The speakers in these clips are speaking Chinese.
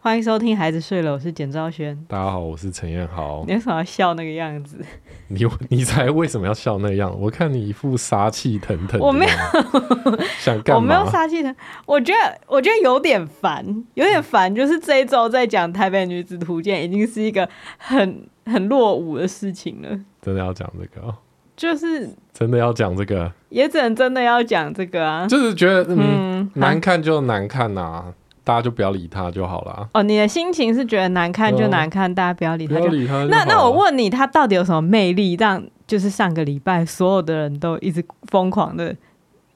欢迎收听《孩子睡了》，我是简昭轩。大家好，我是陈彦豪你。为什么要笑那个样子？你你才为什么要笑那样？我看你一副杀气腾腾的样子。我没想我干没有嘛？杀气的，我觉得我觉得有点烦，有点烦。就是这一周在讲台北女子图鉴，已经是一个很很落伍的事情了，真的要讲这个哦、就是真的要讲这个，也只能真的要讲这个啊。就是觉得嗯嗯，难看就难看呐、大家就不要理他就好啦，哦，你的心情是觉得难看就难看，大家不要理呃不他要就。理他就那好啊那我了，问你，他到底有什么魅力，让就是上个礼拜所有的人都一直疯狂的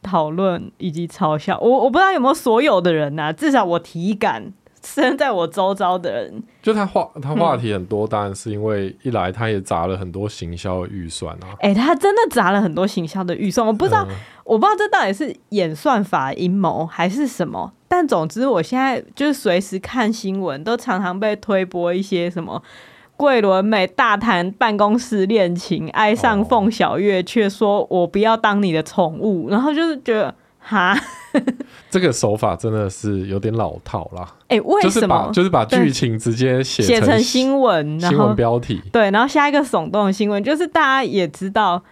讨论以及嘲笑我？我不知道有没有所有的人呐、啊至少我体感身在我周遭的人，就他话他话题很多，当然是因为一来他也砸了很多行销的预算啊。哎、他真的砸了很多行销的预算，我不知道，嗯我不知道这到底是演算法阴谋还是什么。但总之，我现在就是随时看新闻，都常常被推播一些什么桂纶镁大谈办公室恋情，爱上哦凤小岳，却说我不要当你的宠物，然后就是觉得哈，这个手法真的是有点老套啦，哎、为就是什把么就是把对剧情直接写写成新新闻，然新后闻标题，对，然后下一个耸动的新闻就是大家也知道，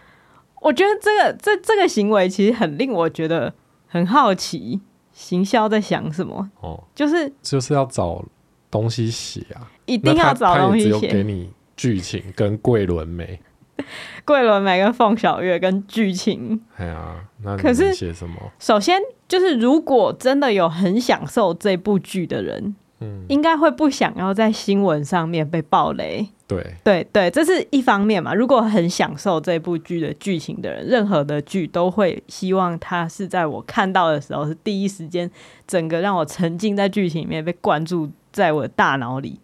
我觉得这个这这个行为其实很令我觉得很好奇，行销在想什么，哦，就是就是要找东西写啊，一那定他要找他东也只西有给写。你剧情跟桂纶镁，桂纶镁跟凤小岳跟剧情，哎呀，那你可是能写什么？首先就是如果真的有很享受这部剧的人，嗯，应该会不想要在新闻上面被爆雷。对，对对，这是一方面嘛。如果很享受这部剧的剧情的人，任何的剧都会希望它是在我看到的时候是第一时间，整个让我沉浸在剧情里面，被灌注在我的大脑里。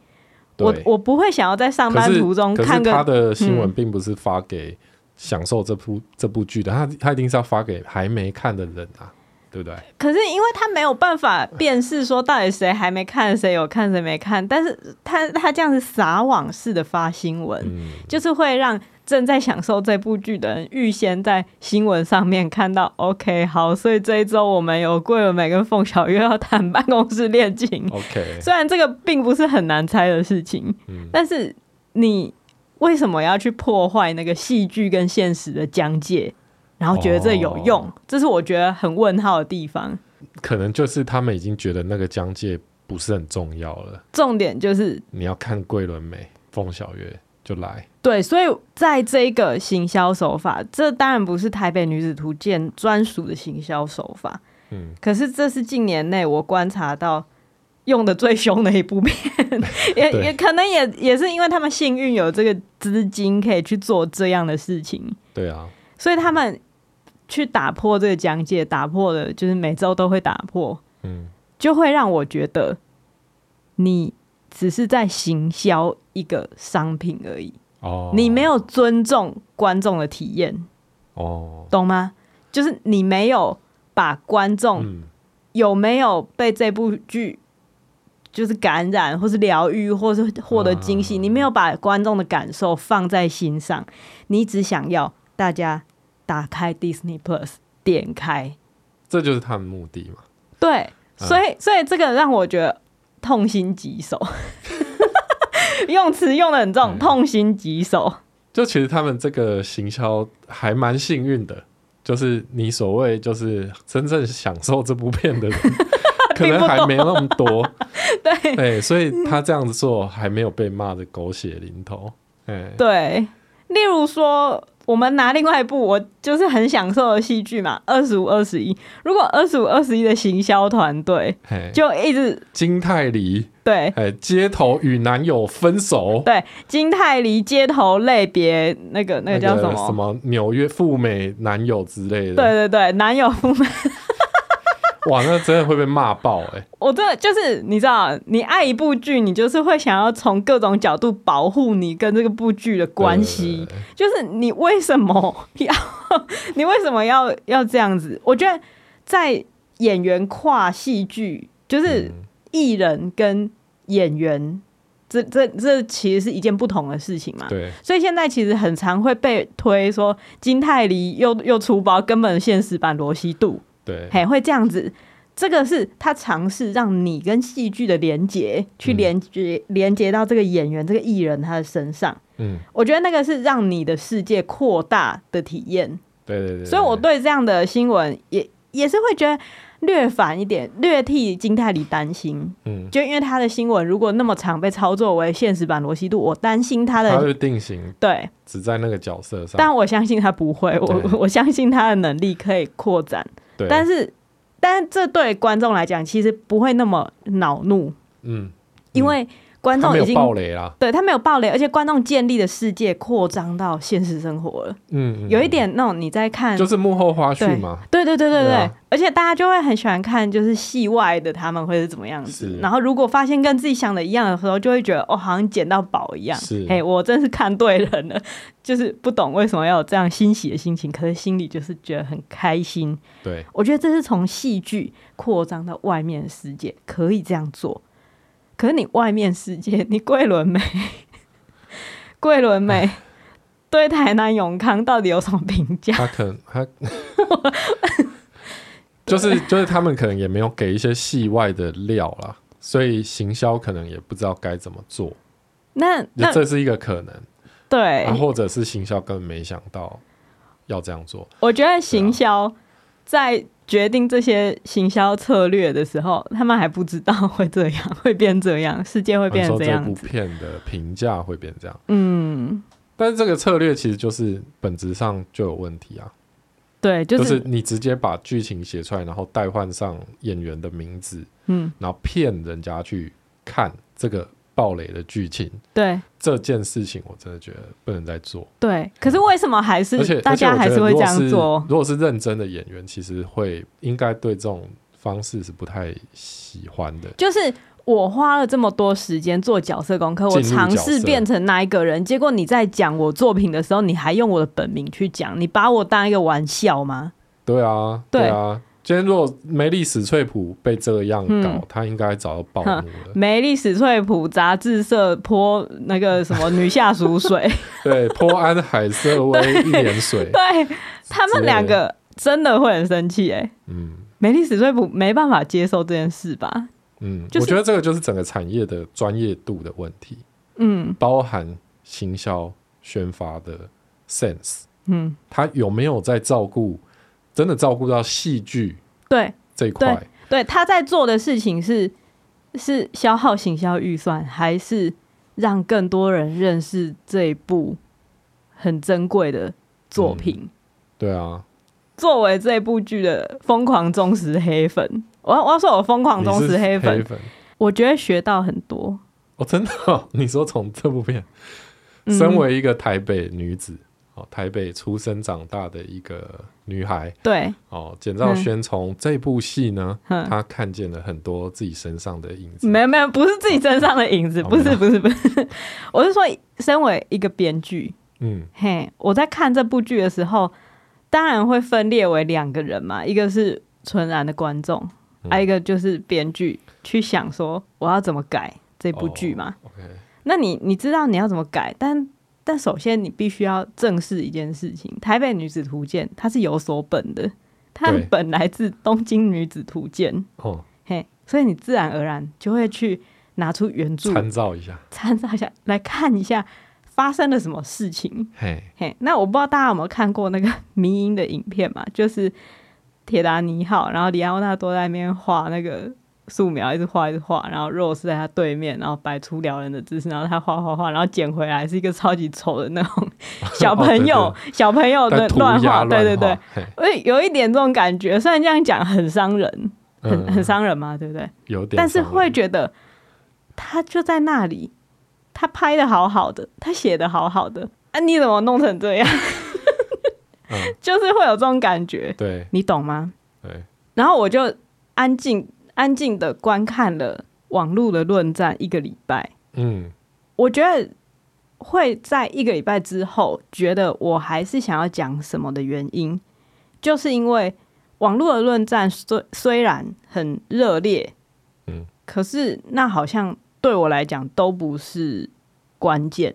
我对我不会想要在上可班是途中可看是他个的新闻嗯并不是发给享受这部这部剧的，他他一定是要发给还没看的人啊，对不对？可是因为他没有办法辨识说到底谁还没看，谁有看，谁没看。但是他他这样子撒网式的发新闻，嗯，就是会让正在享受这部剧的人预先在新闻上面看到。OK，好，所以这一周我们有桂纶镁跟凤小岳要谈办公室恋 情。 OK，虽然这个并不是很难猜的事情，嗯，但是你为什么要去破坏那个戏剧跟现实的疆界？然后觉得这有哦用，这是我觉得很问号的地方。可能就是他们已经觉得那个疆界不是很重要了，重点就是你要看桂纶镁、凤小岳就来，对，所以在这个行销手法，这当然不是台北女子图鉴专属的行销手法，嗯，可是这是近年内我观察到用的最凶的一部片，也 对也可能也也是因为他们幸运有这个资金可以去做这样的事情，对啊，所以他们去打破这个疆界，打破了就是每周都会打破，嗯，就会让我觉得你只是在行销一个商品而已，哦，你没有尊重观众的体验，哦，懂吗？就是你没有把观众嗯，有没有被这部剧就是感染，或是疗愈，或是获得惊喜？啊你没有把观众的感受放在心上，你只想要大家打开 Disney Plus，点开。这就是他们目的嘛。对，啊所以所以这个让我觉得痛心疾首， 用词用的很重，嗯痛心疾首。 就其实他们这个行销还蛮幸运的，就是你所谓就是真正享受这部 片的人，可能还没那么多，对对，所以他这样子做还没有被骂的狗血淋头，哎，对，例如说，我们拿另外一部我就是很享受的戏剧嘛，《二十五二十一》。如果《二十五二十一》的行销团队嘿，就一直金泰梨，对哎，街头与男友分手，对金泰梨街头类别那个那个叫什么？什么纽约赴美男友之类的，对对对，男友不满。哇，那真的会被骂爆哎、我真的就是你知道，你爱一部剧，你就是会想要从各种角度保护你跟这个部剧的 关系。对对对对就是你为什么 要，你为什么要要这样子？我觉得在演员跨戏剧，就是嗯艺人跟演员，这这这其实是一件不同的事情嘛。对，所以现在其实很常会被推说金泰梨又又出包，根本现实版罗西度，对，嘿，会这样子。这个是他尝试让你跟戏剧的连接，去连接、连接到这个演员、这个艺人他的身上。嗯，我觉得那个是让你的世界扩大的体验。对对对对所以我对这样的新闻也也是会觉得略反一点，略替金泰梨担心。嗯，就因为他的新闻如果那么常被操作为现实版罗西度，我担心他他的会定型对，只在那个角色上，但我相信他不会，对我 我相信他的能力可以扩展，对，但是但这对观众来讲其实不会那么恼怒，嗯，因为观他众没已有经暴雷啦，对他没有暴雷，而且观众建立的世界扩张到现实生活了，嗯，嗯有一点那种你在看就是幕后花絮嘛，对对对对对，对啊而且大家就会很喜欢看，就是戏外的他们会是怎么样子是。然后如果发现跟自己想的一样的时候，就会觉得哦，好像捡到宝一样。是哎，我真是看对人了， 就是不懂为什么要有这样欣喜的心情，可是心里就是觉得很开心。对，我觉得这是从戏剧扩张到外面的世界，可以这样做。可是你外面世界，你桂纶镁， 桂纶镁对台南永康到底有什么评价？他可能他 就是就是他们可能也没有给一些戏外的料啦，所以行销可能也不知道该怎么做，那那这是一个可能，对，啊、或者是行销根本没想到要这样做，我觉得行销在决定这些行销策略的时候，他们还不知道会这样，会变这样，世界会啊你变成哦说这这样部子。片的评价会变这样，嗯，但是这个策略其实就是本质上就有问题啊，对，就、就是是你直接把剧情写出来，然后代换上演员的名字，嗯，然后骗人家去看这个暴雷的剧情，对这件事情我真的觉得不能再做。对。可是为什么还而且是大家而且我还觉得会如这果样做？如果是认真的演员，其实会应该对这种方式是不太喜欢的。就是。我花了这么多时间做角色功课，我进入尝角色试变成那一个人，结果你在讲我作品的时候，你还用我的本名去讲，你把我当一个玩笑吗？对啊，对对啊。今天如果梅丽史翠普被这样搞，嗯他应该早就暴怒了。梅丽史翠普杂志社泼那个什么女下属 水， 对，泼安海瑟薇一脸水，对他们两个真的会很生气哎、嗯梅丽史翠普没办法接受这件事吧？嗯， 就是我觉得这个就是整个产业的专业度的问题，嗯包含行销宣发的 sense。嗯，他有没有在照顾，真的照顾到戏剧对这一块？对，他在做的事情是是消耗行销预算，还是让更多人认识这一部很珍贵的嗯作品？对啊，作为这部剧的疯狂忠实黑粉，我要我要说我疯狂你忠是实黑粉，粉我觉得学到很多。哦，真的哦、 你说从这部片，嗯身为一个台北女子，哦，台北出生长大的一个女孩，对，哦，简兆轩从这部戏呢，嗯她看见了很多自己身上的影子。没有没有，不是自己身上的影子，哦不没是有不是不是， 我是说，身为一个编剧，嗯嘿，我在看这部剧的时候，当然会分裂为两个人嘛，一个是纯然的观众，啊嗯还、有一个就是编剧去想说我要怎么改这部剧嘛。 ，OK，那你你知道你要怎么改，但但首先你必须要正视一件事情，《台北女子图鉴》它是有所本的，它对本来自《东京女子图鉴》。哦，嘿，所以你自然而然就会去拿出原著参照一下，参照一下来看一下发生了什么事情。嘿，嘿，那我不知道大家有没有看过那个迷因的影片嘛？ 就是铁达尼号，然后里奥纳多在那边画那个素描，一直画一直画，然后 Rose 在他对面，然后摆出撩人的姿势，然后他画画画，然后捡回来是一个超级丑的那种 小朋友，哦小朋友的在涂鸦画，乱对对对画，，嘿我有一点这种感觉。虽然这样讲很伤人，很很嗯，伤人嘛，对不对？有点，但是会，觉得他就在那里，他拍的好好的，他写的好好的，啊，你怎么弄成这样？ 嗯，就是会有这种感觉，对你懂吗？对，然后我就安静安静的观看了网络的论战一个礼拜，嗯我觉得会在一个礼拜之后，觉得我还是想要讲什么的原因，就是因为网络的论战虽虽然很热烈，嗯，可是那好像对我来讲都不是关键。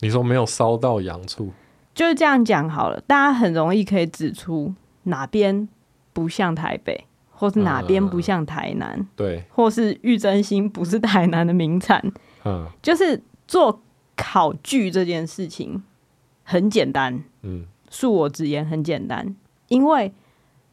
你说没有烧到洋醋，就是这样讲好了，大家很容易可以指出哪边不像台北，或是哪边不像台南，对，或是玉珍心不是台南的名产，嗯就是做考据这件事情很简单，嗯，恕我直言很简单，因为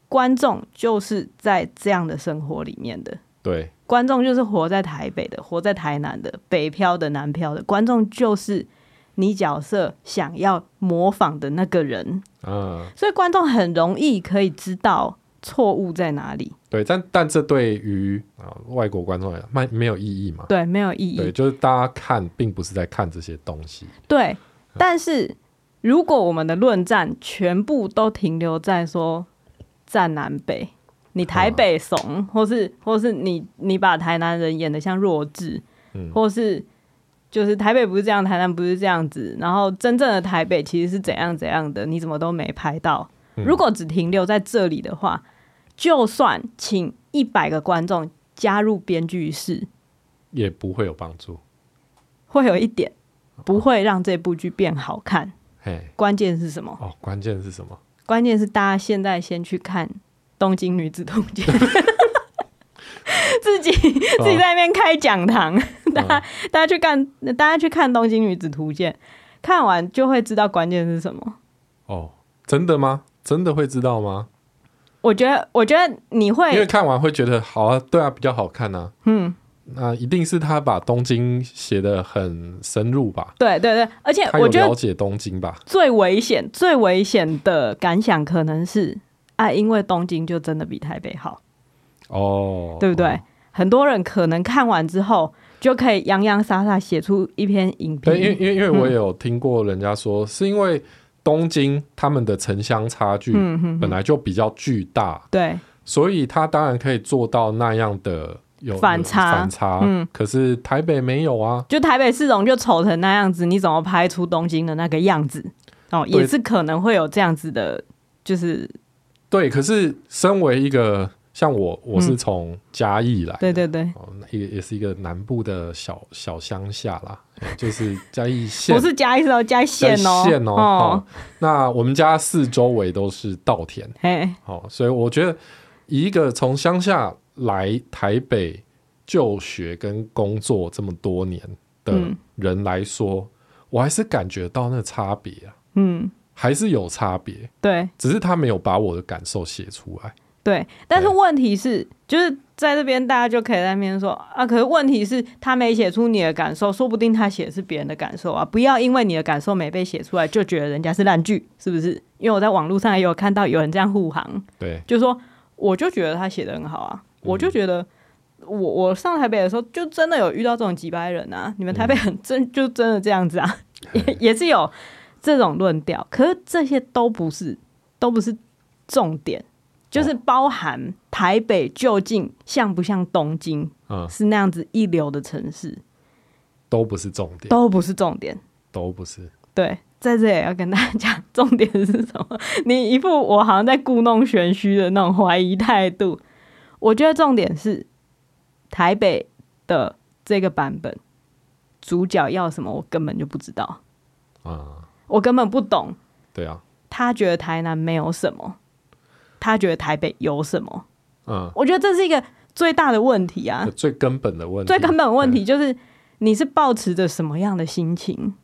观众就是在这样的生活里面的。对，观众就是活在台北的，活在台南的，北漂的、南漂的，观众就是你角色想要模仿的那个人，嗯，所以观众很容易可以知道错误在哪里。对，但但这对于啊外国观众来讲，没没有意义嘛？对，没有意义。对，就是大家看，并不是在看这些东西。对，但是如果我们的论战全部都停留在说站南北，你台北怂，或是或是你你把台南人演的像弱智，嗯或是就是台北不是这样，台南不是这样子，然后真正的台北其实是怎样怎样的，你怎么都没拍到。嗯如果只停留在这里的话，就算请一百个观众加入编剧室，也不会有帮助。会有一点不会让这部剧变好看。嘿，关键是什么？哦，关键是什么？关键是大家现在先去看《东京女子图 鉴》，自己自哦己在那边开讲堂，嗯大家、大家去看，大家去看《东京女子图鉴》，看完就会知道关键是什么。哦，真的吗？真的会知道吗？我觉得，我觉得你因为会看完会觉得好啊，对啊，比较好看啊。嗯，那一定是他把东京写的很深入吧？对对对，而且他有哎我觉了得解东京吧？最危险、最危险的感想可能是，啊，因为东京就真的比台北好。哦，对不对？哦？很多人可能看完之后就可以洋洋洒洒写出一篇影对，因为评，因为因为我也有听过人家嗯说，是因为东京他们的城乡差距嗯本来就比较巨大，对所以他当然可以做到那样的有反差有反差。嗯可是台北没有啊。就台北市容就丑成那样子，你怎么拍出东京的那个样子？哦，对也是可能会有这样子的，就是对，可是身为一个像我，我是从嘉义来的，对对对，哦，那也也是一个南部的小小乡下啦，哎就是嘉义县，不是嘉义市哦，嘉义嘉县义哦，县哦。哦，那我们家四周围都是稻田，哎，哦，所以我觉得以一个从乡下来台北就学跟工作这么多年的嗯人来说，我还是感觉到那差别啊，嗯，还是有差别，对只是他没有把我的感受写出来。对，但是对问题是，就是在这边大家就可以在那边说啊，可是问题是他没写出你的感受，说不定他写的是别人的感受啊。不要因为你的感受没被写出来，就觉得人家是烂剧，是不是？因为我在网络上也有看到有人这样护航，对，就说我就觉得他写的很好啊，我就觉得。我我上台北的时候，就真的有遇到这种几百人啊！你们台北很真，就真的这样子啊，也 也是有这种论调。可是这些都不是，都不是重点，就是包含台北究竟像不像东京嗯，是那样子一流的城市，都不是重点，都都不是重点。不是。对，在这里要跟大家讲，重点是什么？你一副我好像在故弄玄虚的那种怀疑态度。我觉得重点是台北的这个版本，主角要什么我根本就不知道，啊、我根本不懂。对啊，他觉得台南没有什么，他觉得台北有什么？嗯，我觉得这是一个最大的问题啊，最根本的问题，最根本的问题就是你是抱持着什么样的心情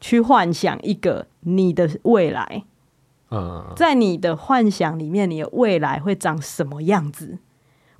去幻想一个你的未来，嗯，嗯，嗯在你的幻想里面，你的未来会长什么样子？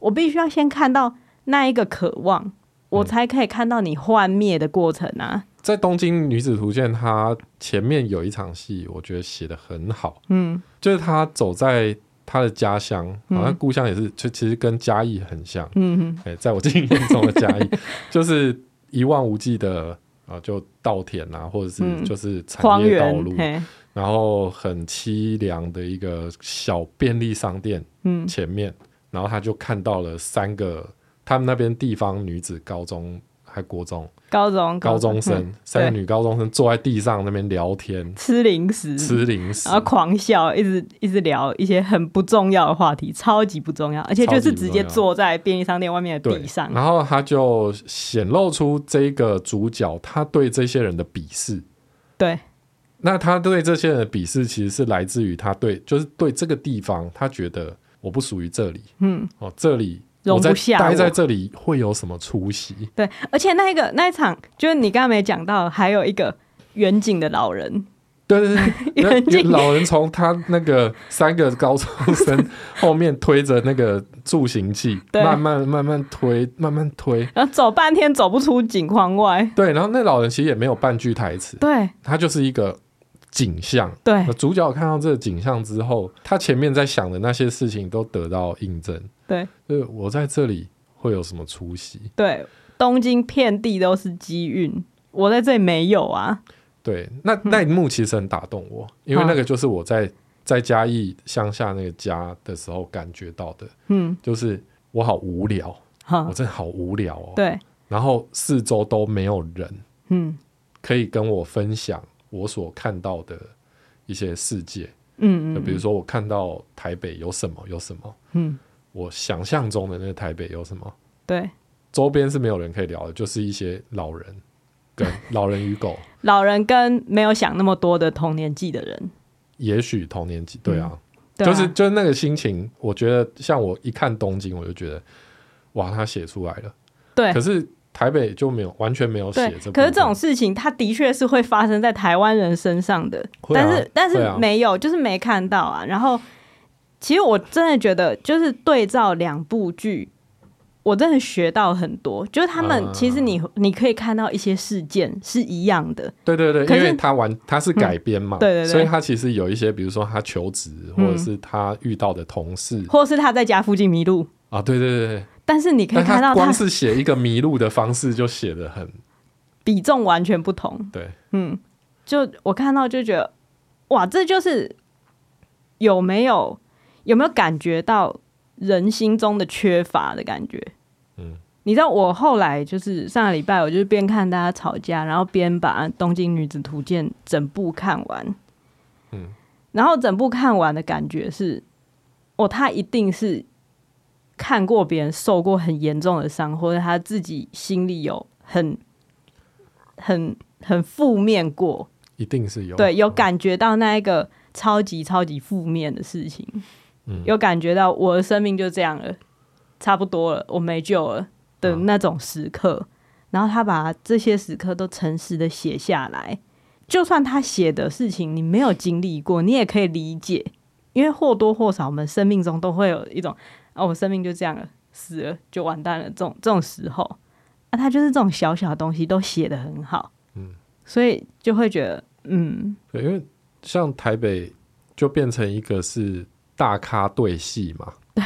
我必须要先看到那一个渴嗯望，我才可以看到你幻灭的过程啊！在《东京女子图鉴》，她前面有一场戏，我觉得写的很好。嗯，就是她走在她的家乡，好像故乡也是，就其实跟嘉义很像。嗯，哎、在我经验中的嘉义， 就是一望无际的啊、呃就稻田啊，或者是嗯就是产荒业道路原，，嘿，然后很凄凉的一个小便利商店嗯前面，然后她就看到了三个他们那边地方女子高中还国中。高中高中生，嗯三个对女高中生坐在地上那边聊天、 吃零食，吃零嗯食然，后狂笑，一直一直聊一些很不重要的话题，超级不重要，而且就是直接坐在便利商店外面的对地，上。然后他就显露出这个主角他对这些人的鄙视。对那他对这些人的鄙视，其实是来自于他对，就是对这个地方，他觉得我不属于这里嗯，哦，这里容我不在下待我在这里会有什么出息？对，而且那一个那一场，就是你刚刚没讲到，还有一个远景的老人，对 对对，那远景老人从他那个三个高中生后面推着那个助行器， 对慢慢慢慢推，慢慢推。然后走半天走不出景框外。对，然后那老人其实也没有半句台词，对他就是一个景象。对那主角看到这个景象之后，他前面在想的那些事情都得到印证。 对就是我在这里会有什么出息？对，东京遍地都是机运，我在这里没有啊。对，那那一幕其实很打动我，因为那个就是我在在嘉义乡下那个家的时候感觉到的，嗯，就是我好无聊，好我，真的好无聊哦。对，然后四周都没有人嗯可以跟我分享我所看到的一些世界，嗯就嗯比如说我看到台北有什么有什么，嗯，我想象中的那个台北有什么，对，周边是没有人可以聊的，就是一些老人 跟老人与狗，老人跟没有想那么多的同年纪的人，也许同年纪，对啊，对就啊是就是那个心情，我觉得像我一看东京，我就觉得哇，他写出来了，对可是台北就没有完全没有写对这部分，，可是这种事情，它的确是会发生在台湾人身上的，会啊但是但会是啊没有，就是没看到啊。然后，其实我真的觉得，就是对照两部剧，我真的学到很多。就是他们啊其实你、你可以看到一些事件是一样的，对对对，可因是嗯为他玩他是改编嘛，对对对嗯所以他其实有一些，比如说他求职，或者是他遇到的同事、或是他在家附近迷路，啊，对对对对，但是你可以但看他到光他是写一个迷路的方式就写的很比重完全不同。对，嗯，就我看到就觉得，哇，这就是有没有有没有感觉到人心中的缺乏的感觉？嗯，你知道我后来就是上个礼拜，我就是边看大家吵架，然后边把《东京女子图鉴》整部看完。嗯，然后整部看完的感觉是，哦，他一定是看过别人受过很严重的伤，或者他自己心里有很很很负面过，一定是有嗯对，有感觉到那一个超级超级负面的事情，嗯有感觉到我的生命就这样了，差不多了，我没救了的嗯那种时刻。然后他把这些时刻都诚实的写下来，就算他写的事情你没有经历过，你也可以理解，因为或多或少我们生命中都会有一种啊，我生命就这样了，死了就完蛋了这种这种时候，啊，他就是这种小小的东西都写的很好，嗯所以就会觉得嗯，对，因为像台北就变成一个是大咖对戏嘛，对，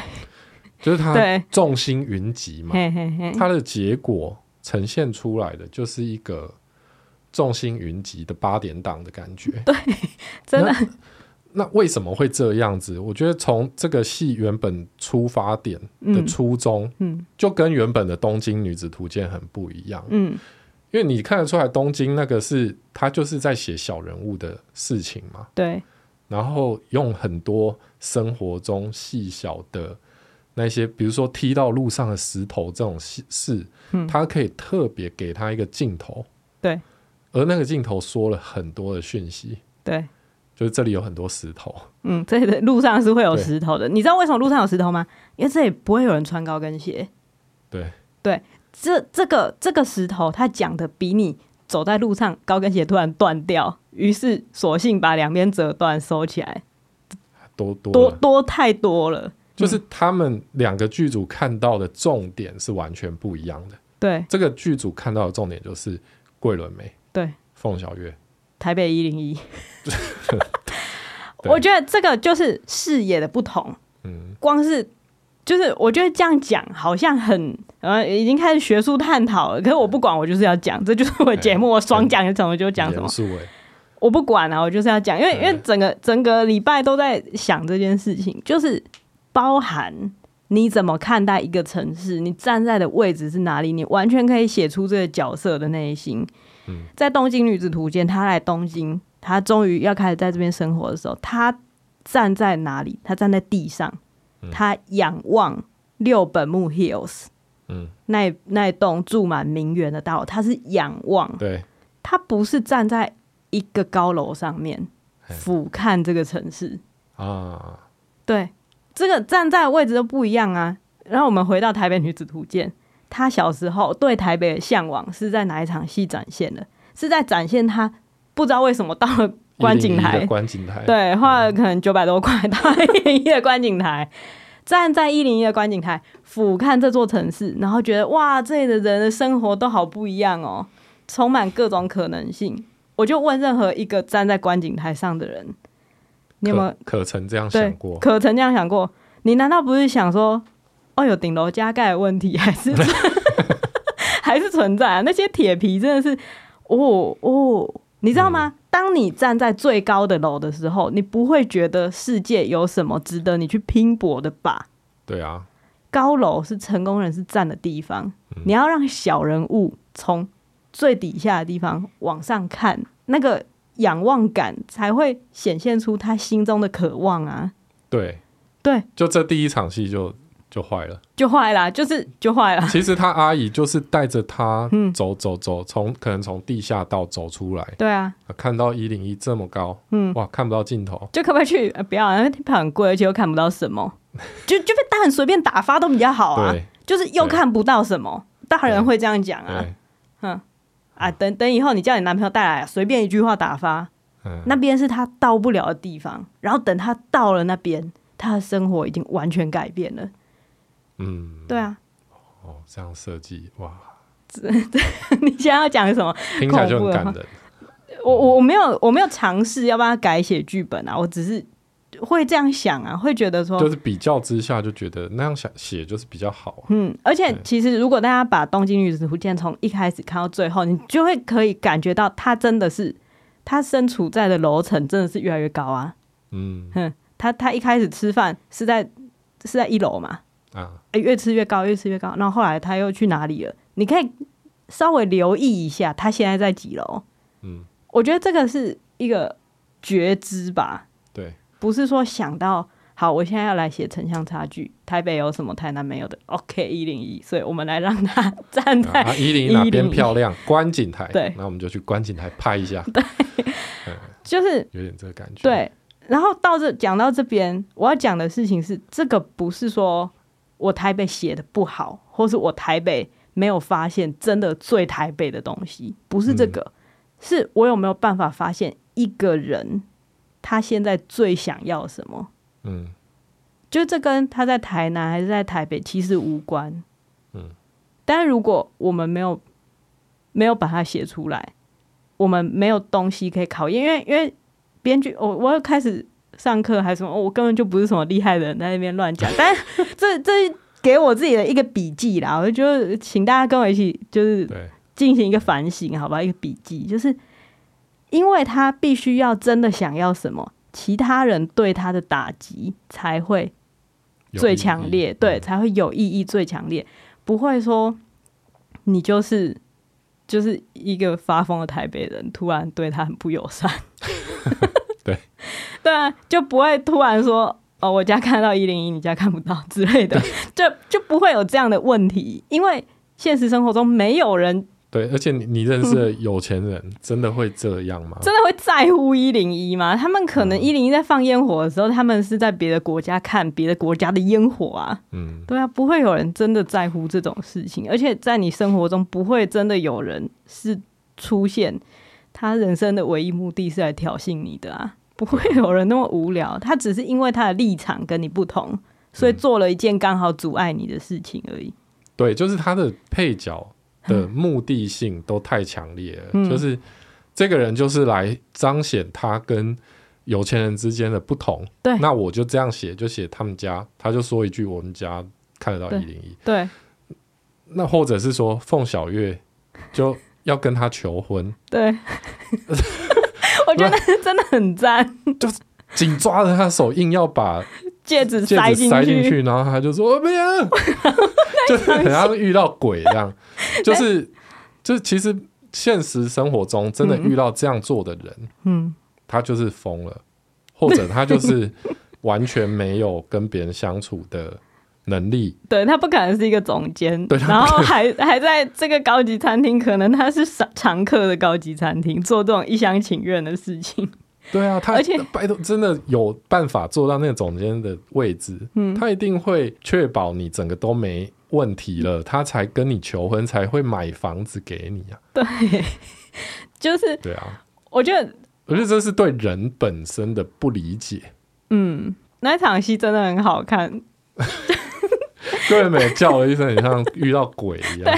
就是他对众星云集嘛，嘿嘿嘿，它的结果呈现出来的就是一个众星云集的八点档的感觉。对，真的那。那为什么会这样子？我觉得从这个戏原本出发点的嗯初衷，嗯就跟原本的《东京女子图鉴》很不一样。嗯，因为你看得出来，东京那个是他就是在写小人物的事情嘛，对然后用很多生活中细小的那些，比如说踢到路上的石头这种事事，嗯他可以特别给他一个镜头，对而那个镜头说了很多的讯息，对，就是这里有很多石头，嗯，这里的路上是会有对石头的，你知道为什么路上有石头吗？因为这里不会有人穿高跟鞋，对这这个这个石头，它讲的比你走在路上高跟鞋突然断掉，于是索性把两边折断收起来，多多多嗯了多太多了，就是他们两个剧组看到的重点是完全不一样的。对这个剧组看到的重点就是桂纶镁、对，凤小岳，台北一 零一，对我觉得这个就是视野的不同，嗯，光是就是我觉得这样讲好像很呃已经开始学术探讨了，可是我不管，我就是要讲，这就是我的节目，我爽讲什么就讲什么严，肃哎，我不管啊，我就是要讲，因为因对为整个整个礼拜都在想这件事情，就是包含你怎么看待一个城市，你站在的位置是哪里，你完全可以写出这个角色的内心。嗯在《东京女子图鉴》，她来东京，她终于要开始在这边生活的时候，她站在哪里？她站在地上，她仰望六本木 Hills 嗯，那那栋住满名媛的大楼，她是仰望。对，他不是站在一个高楼上面嘿俯瞰这个城市，啊，对，这个站在的位置都不一样啊。然后我们回到《台北女子图鉴》，她小时候对台北的向往是在哪一场戏展现的？是在展现她不知道为什么到了观景101的台，观景台，，对，花了可能九百多块到一零一的观景台，站在一零一的观景台俯瞰这座城市，然后觉得哇，这里的人的生活都好不一样哦，充满各种可能性。我就问任何一个站在观景台上的人，你有没有可可曾这样对想过？可曾这样想过？你难道不是想说，哦，有顶楼加盖的问题，还是 还是存在啊？那些铁皮真的是，哦哦，你知道嗯吗？当你站在最高的楼的时候，你不会觉得世界有什么值得你去拼搏的吧？对啊，高楼是成功人士站的地方，嗯你要让小人物从最底下的地方往上看，那个仰望感才会显现出他心中的渴望啊！对，对，就这第一场戏就就坏了。就坏啦，就是就坏 啦。其实他阿姨就是带着他嗯走走走，从可能从地下道走出来，对啊，看到一零一这么高，嗯哇，看不到尽头。就可不可以去？呃、不要、啊，那地板很贵，而且又看不到什么， 就就被大人随便打发都比较好啊。对就是又对看不到什么，大人会这样讲啊对，啊！等等以后你叫你男朋友带来，啊随便一句话打发，嗯，那边是他到不了的地方。然后等他到了那边，他的生活已经完全改变了。嗯，对啊， 哦，这样设计哇，你现在要讲什么？听起来就很感人。我我我没有我没有尝试要帮他改写剧本啊，我只是会这样想啊，会觉得说就是比较之下，就觉得那样想写就是比较好啊。嗯，而且对其实如果大家把《东京女子图鉴》从一开始看到最后，你就会可以感觉到她真的是，她身处在的楼层真的是越来越高啊。嗯她她一开始吃饭是在是在一楼嘛，啊，哎越吃越高，越吃越高。然后后来她又去哪里了？你可以稍微留意一下，她现在在几楼？嗯，我觉得这个是一个觉知吧， 对，不是说想到好，我现在要来写城乡差距，台北有什么，台南没有的。OK，一零一，所以我们来让他站在、啊，一零哪边101漂亮，观景台，对那我们就去观景台拍一下， 就是有点这个感觉。，对。然后到这讲到这边，我要讲的事情是，这个不是说我台北写的不好，或是我台北没有发现真的最台北的东西，不是这个，是我有没有办法发现一个人他现在最想要什么。嗯，就这跟他在台南还是在台北其实无关。嗯，但如果我们没有没有把它写出来，我们没有东西可以考验，因为因为编剧，我我又开始上课还是什么、哦我根本就不是什么厉害的人，在那边乱讲。但 这这给我自己的一个笔记啦，我就觉得请大家跟我一起就是对，进行一个反省，好吧，一个笔记，就是因为他必须要真的想要什么，其他人对他的打击才会有最意义嗯强烈，对，，才会有意义最强烈，不会说你就是就是一个发疯的台北人，突然对他很不友善， 对， 对啊，就不会突然说哦，我家看到一零一，你家看不到之类的， 就就不会有这样的问题，因为现实生活中没有人对，而且你你认识的嗯有钱人真的会这样吗？真的会在乎一零一吗？他们可嗯能一零一在放烟火的时候，他们是在别的国家看别的国家的烟火啊，嗯，对啊，不会有人真的在乎这种事情，而且在你生活中不会真的有人是出现他人生的唯一目的是来挑衅你的啊，不会有人那么无聊，他只是因为他的立场跟你不同，所以嗯做了一件刚好阻碍你的事情而已。对，就是他的配角的目的性都太强烈了，嗯就是这个人就是来彰显他跟有钱人之间的不同。对那我就这样写，就写他们家，他就说一句我们家看得到对一零一，对那或者是说凤小月就要跟他求婚，对， 我觉得真的很 赞，紧抓着他的手，硬要把戒指戒塞指塞进去，然后他就说我 不要，就是很像遇到鬼这样，就是就是其实现实生活中真的遇到这样做的人，嗯，他就是疯了，或者他就是完全没有跟别人相处的能力，对他不可能是一个总监，对他不然后还 还在这个高 级餐厅，可能他是常常客的高级餐厅做这种一厢情愿的事情，对啊，他而且拜托，真的有办法做到那个总监的位置，嗯他一定会确保你整个都没问题了，他才跟你求婚，才会买房子给你啊。对，就是对啊，我觉得，我觉得这是对人本身的不理解。 嗯，那一场戏真的很好看，桂美叫了一声，很像遇到鬼 一样。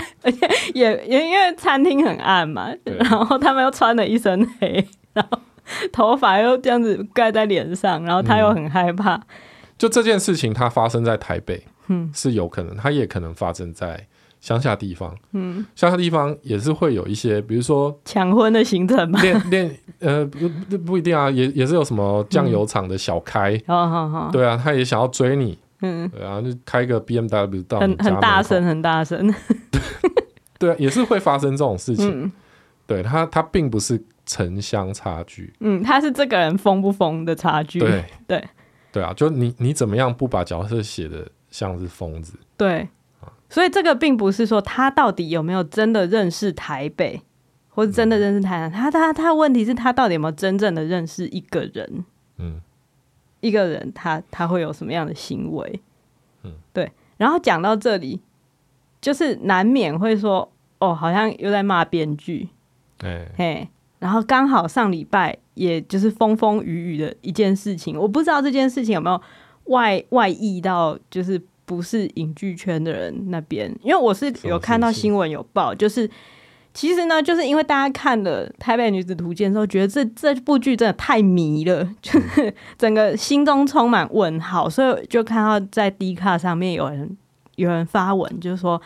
也也因为餐厅很暗嘛，对然后他们又穿了一身黑， 然后头发又这样子盖在脸上，然后他又很害怕，就这件事情，它发生在台北，嗯是有可能，它也可能发生在乡下地方。嗯，乡下地方也是会有一些，比如说抢婚的行程嘛。 练练呃不不不一定啊，也也是有什么酱油厂的小开，好哦好好，对啊，他也想要追你，嗯，对啊，就开个 BMW 到很你家门很口大声，，很大声，对、啊，也是会发生这种事情。嗯对他，他并不是城乡差距，嗯，他是这个人疯不疯的差距，对对对啊，就你你怎么样不把角色写的像是疯子？对，所以这个并不是说他到底有没有真的认识台北，或者真的认识台南。他他他问题是他到底有没有真正的认识一个人？嗯，一个人他他会有什么样的行为？嗯，对。然后讲到这里，就是难免会说哦，好像又在骂编剧，哎、嘿。然后刚好上礼拜，也就是风风雨雨的一件事情，我不知道这件事情有没有外外溢到就是不是影剧圈的人那边，因为我是什么有看到事情新闻有报，就是其实呢，就是因为大家看了《台北女子图鉴》之后，觉得这 这部剧真的太迷了，就是整个心中充满问号，所以就看到在 D 卡上面有人有人发文，就是说《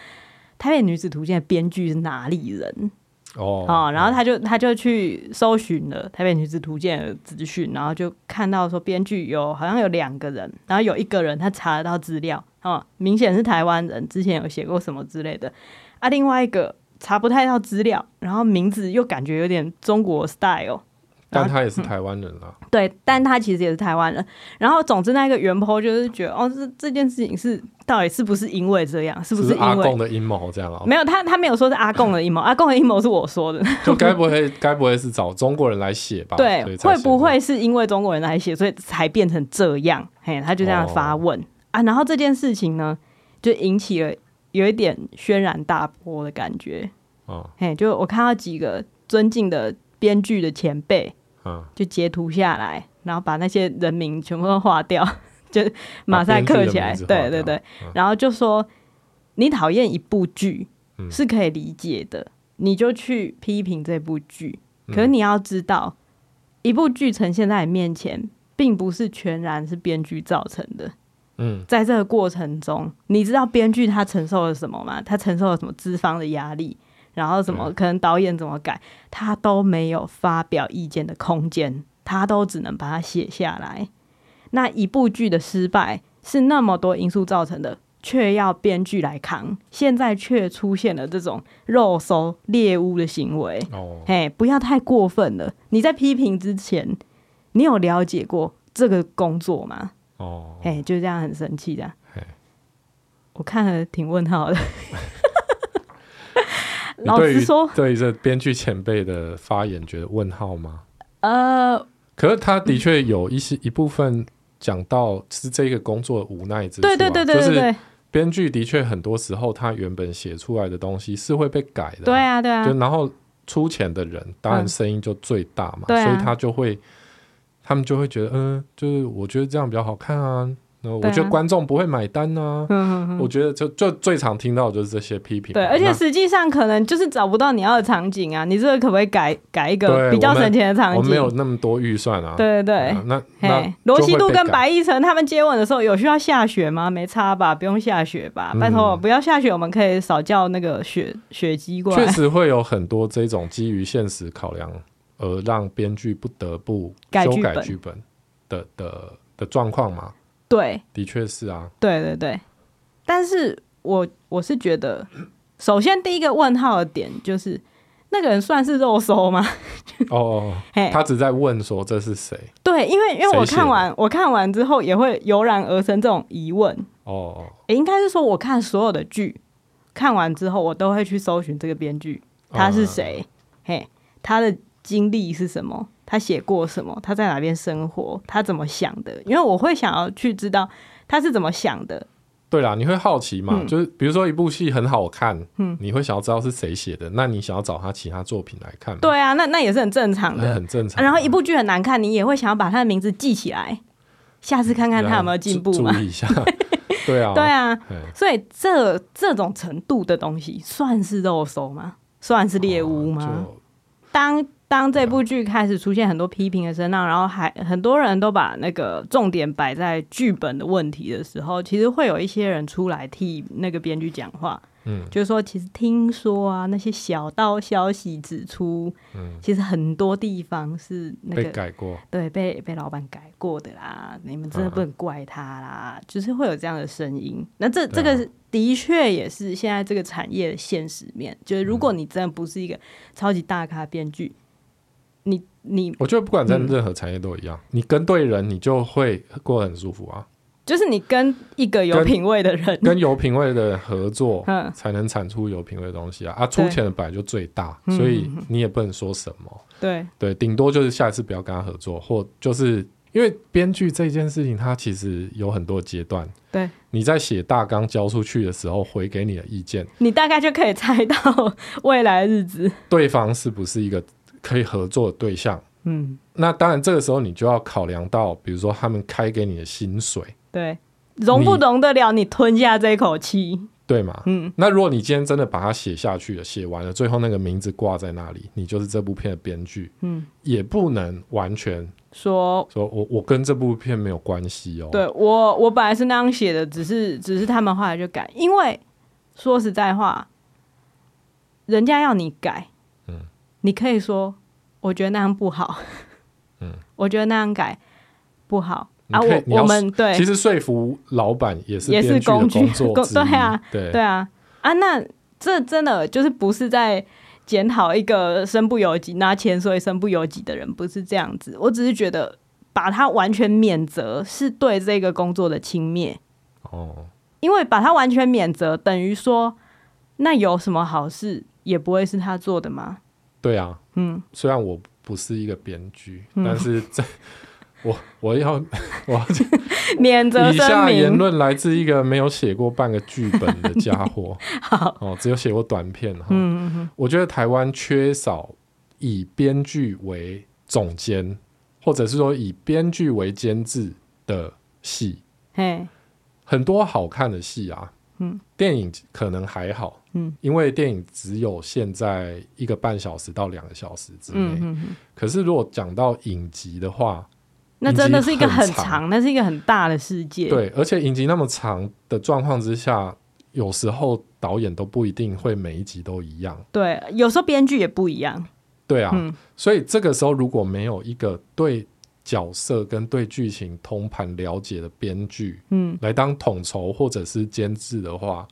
台北女子图鉴》的编剧是哪里人？哦哦，然后他就他就去搜寻了《台北女子图鉴》的资讯，然后就看到说编剧有好像有两个人，然后有一个人他查得到资料，哦，明显是台湾人，之前有写过什么之类的，啊，另外一个查不太到资料，然后名字又感觉有点中国 style，但他也嗯是台湾人啊，对，但他其实也是台湾人。然后，总之那个原 po 就是觉得，哦，这这件事情是到底是不是因为这样，是不只是是阿因为贡的阴谋这样啊？没有他他没有说是阿贡的阴谋，阿贡的阴谋是我说的，就该不会该不会是找中国人来写吧？对所以，才会写不这样？会是因为中国人来写，所以才变成这样？嘿，他就这样发问、啊。然后这件事情呢，就引起了有一点轩然大波的感觉。嗯嘿，就我看到几个尊敬的编剧的前辈，嗯，就截图下来，然后把那些人名全部都划掉， 就马赛克起来。把编剧的名字划对掉对对嗯，然后就说你讨厌一部剧嗯是可以理解的，你就去批评这部剧。嗯可是你要知道，一部剧呈现在你面前，并不是全然是编剧造成的。嗯在这个过程中，你知道编剧他承受了什么吗？他承受了什么资方的压力，然后什么嗯可能导演怎么改，他都没有发表意见的空间，他都只能把它写下来。那一部剧的失败是那么多因素造成的，却要编剧来扛，现在却出现了这种肉搜猎巫的行为。哦，嘿，不要太过分了。你在批评之前，你有了解过这个工作吗？哦，哎、就这样很生气的嘿。我看了挺问号 的。你老对实于说，对于这编剧前辈的发言觉得问号吗？呃，可是他的确有一些一部分讲到是这个工作的无奈之处、啊，对对对对对就对是，编剧的确很多时候他原本写出来的东西是会被改的对啊、啊对啊就，然后出钱的人当然声音就最大嘛，对啊所以他就会他们就会觉得嗯，就是我觉得这样比较好看啊，那我对啊觉得观众不会买单啊，嗯嗯嗯，我觉得就就最常听到的就是这些批评嘛，对，而且那实际上可能就是找不到你要的场景啊。你这个可不可以改改一个对比较我们省钱的场我们景？没有那么多预算啊，对对对啊，，那嘿那，罗就西会度被跟改白亦晨他们接吻的时候，有需要下雪吗？没差吧，不用下雪吧？嗯拜托，不要下雪，我们可以少叫那个雪雪姬过确来实会有很多这种基于现实考量而让编剧不得不改修剧改本剧本的的的状况嘛，对的确是啊，对对对，但是我我是觉得，首先第一个问号的点就是，那个人算是肉搜吗？哦，嘿，他只在问说这是谁，对，因为因为我谁写的看完我看完之后也会油然而生这种疑问，哦诶应该是说我看所有的剧，看完之后我都会去搜寻这个编剧他是谁，嘿，他的经历是什么，他写过什么，他在哪边生活，他怎么想的，因为我会想要去知道他是怎么想的。对啦，你会好奇嘛？嗯就是比如说一部戏很好看，嗯你会想要知道是谁写的，那你想要找他其他作品来看吗，对啊，那那也是很正常那的。很正常啊。然后一部剧很难看，你也会想要把他的名字记起来，下次看看他有没有进步啊注嘛注。意一 下，对啊，对啊，哎，所以这这种程度的东西算是肉搜吗？算是猎物吗？哦就当当这部剧开始出现很多批评的声浪，然后还很多人都把那个重点摆在剧本的问题的时候，其实会有一些人出来替那个编剧讲话，嗯，就是说其实听说啊，那些小道消息指出，嗯，其实很多地方是那被个改过，对被被老板改过的啦，你们嗯真的不能怪他啦，就是会有这样的声音。那这这对啊个的确也是现在这个产业的现实面，就是如嗯果你真的不是一个超级大咖编剧，你你我觉得不管在嗯任何产业都一样，你跟对人，你就会过得很舒服啊。就是你跟一个有跟品味的 人，，跟有品味的人合作嗯才能产出有品味的东西啊。啊，出钱的本来就最大，嗯所以你也不能说什么。对对，顶多就是下一次不要跟他合作，或就是因为编剧这件事情，它其实有很多阶段。对，你在写大纲交出去的时候，回给你的意见，你大概就可以猜到 未来日子，对方是不是一个可以合作的对象？嗯，那当然，这个时候你就要考量到，比如说他们开给你的薪水，对，容不你容得了你吞下这口气？对吗？嗯，那如果你今天真的把它写下去了，写完了，最后那个名字挂在那里，你就是这部片的编剧，嗯，也不能完全说说我我跟这部片没有关系哦。对我，我本来是那样写的，只是只是他们后来就改，因为说实在话，人家要你改，嗯，你可以说我觉得那样不好，嗯，我觉得那样改不好啊，你可以你我要我们对其实说服老板也是也是编剧的工具工作工之一，对啊，对对啊啊，那这真的就是不是在检讨一个身不由己拿钱所以身不由己的人，不是这样子，我只是觉得。把他完全免责是对这个工作的轻蔑，哦，因为把他完全免责，等于说那有什么好事也不会是他做的吗？对啊，嗯，虽然我不是一个编剧，嗯但是 在我我要 免责以声下言明。论来自一个没有写过半个剧本的家 伙，哦，只有写过短片哈。嗯嗯嗯，我觉得台湾缺少以编剧为总监，或者是说以编剧为监制的戏，嘿，很多好看的戏啊，嗯，电影可能还好，嗯，因为电影只有现在一个半小时到两个小时之内。嗯嗯嗯，可是如果讲到影集的话，那真的是一个很影集很长，那是一个很大的世界。，对，而且影集那么长的状况之下，有时候导演都不一定会每一集都一样。对，有时候编剧也不一样。对啊，嗯所以这个时候如果没有一个对角色跟对剧情通盘了解的编剧嗯，来当统筹或者是监制的话，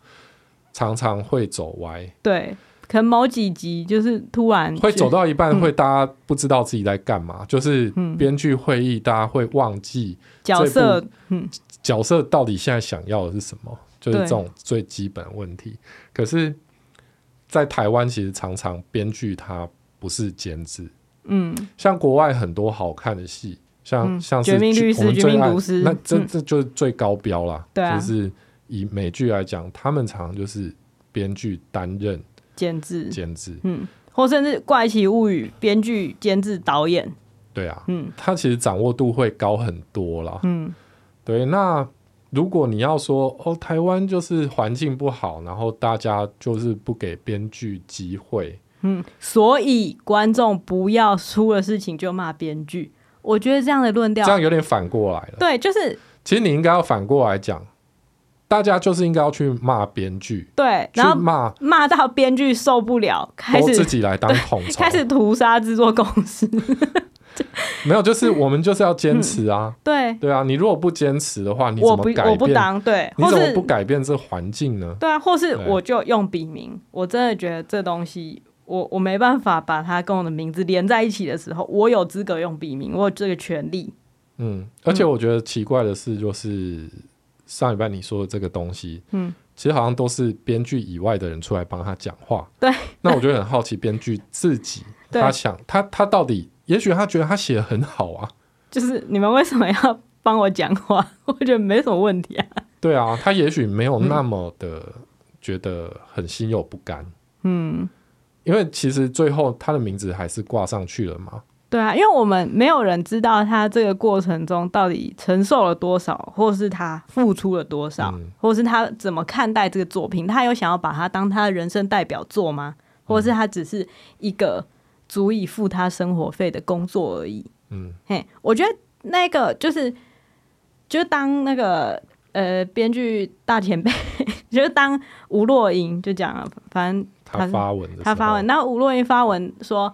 常常会走歪，对，可能某几集就是突然会走到到一半嗯会大家不知道自己在干嘛，就是嗯编剧会议大家会忘记角色这，角色到底现在想要的是什么，就是对这种最基本的问题。可是，在台湾其实常常编剧他不是监制，嗯，像国外很多好看的戏，像、嗯像是绝命律我们师最绝命爱毒师那这嗯这就是最高标啦。对啊就是以美剧来讲，他们常常就是编剧担任监制，监制，嗯，或甚至《怪奇物语》编剧、监制、导演，对啊，嗯他其实掌握度会高很多啦。嗯对，那如果你要说哦，台湾就是环境不好，然后大家就是不给编剧机会，嗯，所以观众不要出了事情就骂编剧，我觉得这样的论这调，样有点反过来了。对，就是其实你应该要反过来讲，大家就是应该要去骂编剧，对，去然后骂骂到编剧受不 了，开都哦自始己来当统 筹开，始屠杀制作公司， 没有，就是我们就是要坚持啊。对，对啊，你如果不坚持的话，你怎嗯我么不改我不变？当，对，你或怎么是不改变这环境呢？对啊，或是对我就用笔名，我真的觉得这东西。我我没办法把它跟我的名字连在一起的时候，我有资格用笔名，我有这个权利。嗯，而且我觉得奇怪的是，就是上礼拜你说的这个东西，嗯，其实好 像都是编剧以外的人出来帮他讲话。对，那我就很好奇，编剧自己 对他想他他到底，也许他觉得他写的很好啊，就是你们为什么要帮我讲话？ 我觉得没什么问题啊。对啊，他也许没有那么的觉得很心有不甘，嗯，因为其实最后他的名字还是挂上去了嘛。对啊，因为我们没有人知道他这个过程中到底承受了多少，或是他付出了多少，嗯或是他怎么看待这个作品。他有想要把它当他的人生代表作吗？或嗯是他只是一个足以付他生活费的工作而已？嗯，嘿，我觉得那个就是，就当那个呃，编剧大前辈， 就是当吴若英就讲了，反正他他是发文的时候他发文，，那吴若英发文说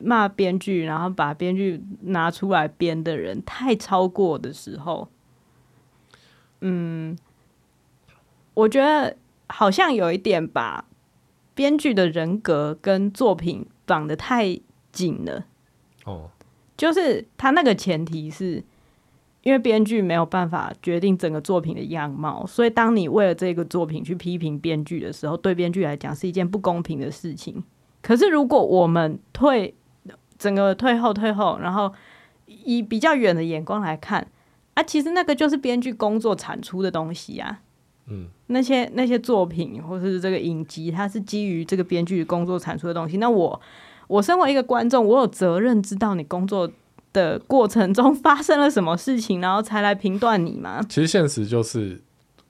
骂编剧，然后把编剧拿出来编的人太超过的时候，嗯，我觉得好像有一点把编剧的人格跟作品绑得太紧了。哦，就是他那个前提是，因为编剧没有办法决定整个作品的样貌，所以当你为了这个作品去批评编剧的时候，对编剧来讲是一件不公平的事情。可是如果我们退整个退后退后，然后以比较远的眼光来看，啊，其实那个就是编剧工作产出的东西啊。嗯，那些那些作品或是这个影集，它是基于这个编剧工作产出的东西。那我我身为一个观众，我有责任知道你工作的过程中发生了什么事情，然后才来评断你嘛。其实现实就是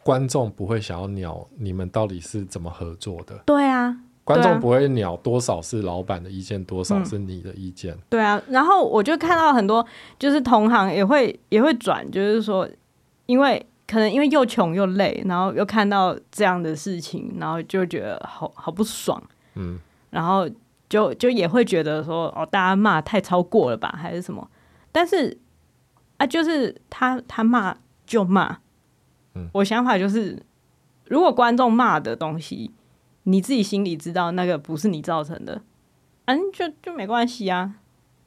观众不会想要鸟你们到底是怎么合作的，对啊，观对啊众不会鸟多少是老板的意见，多少是你的意见。对啊，然后我就看到很多就是同行也会也会转，就是说，因为可能因为又穷又累，然后又看到这样的事情，然后就觉得好好不爽，嗯，然后就就也会觉得说，哦，大家骂太超过了吧，还是什么？但是啊，就是他他骂就骂，嗯我想法就是，如果观众骂的东西，你自己心里知道那个不是你造成的，嗯、就就没关系啊。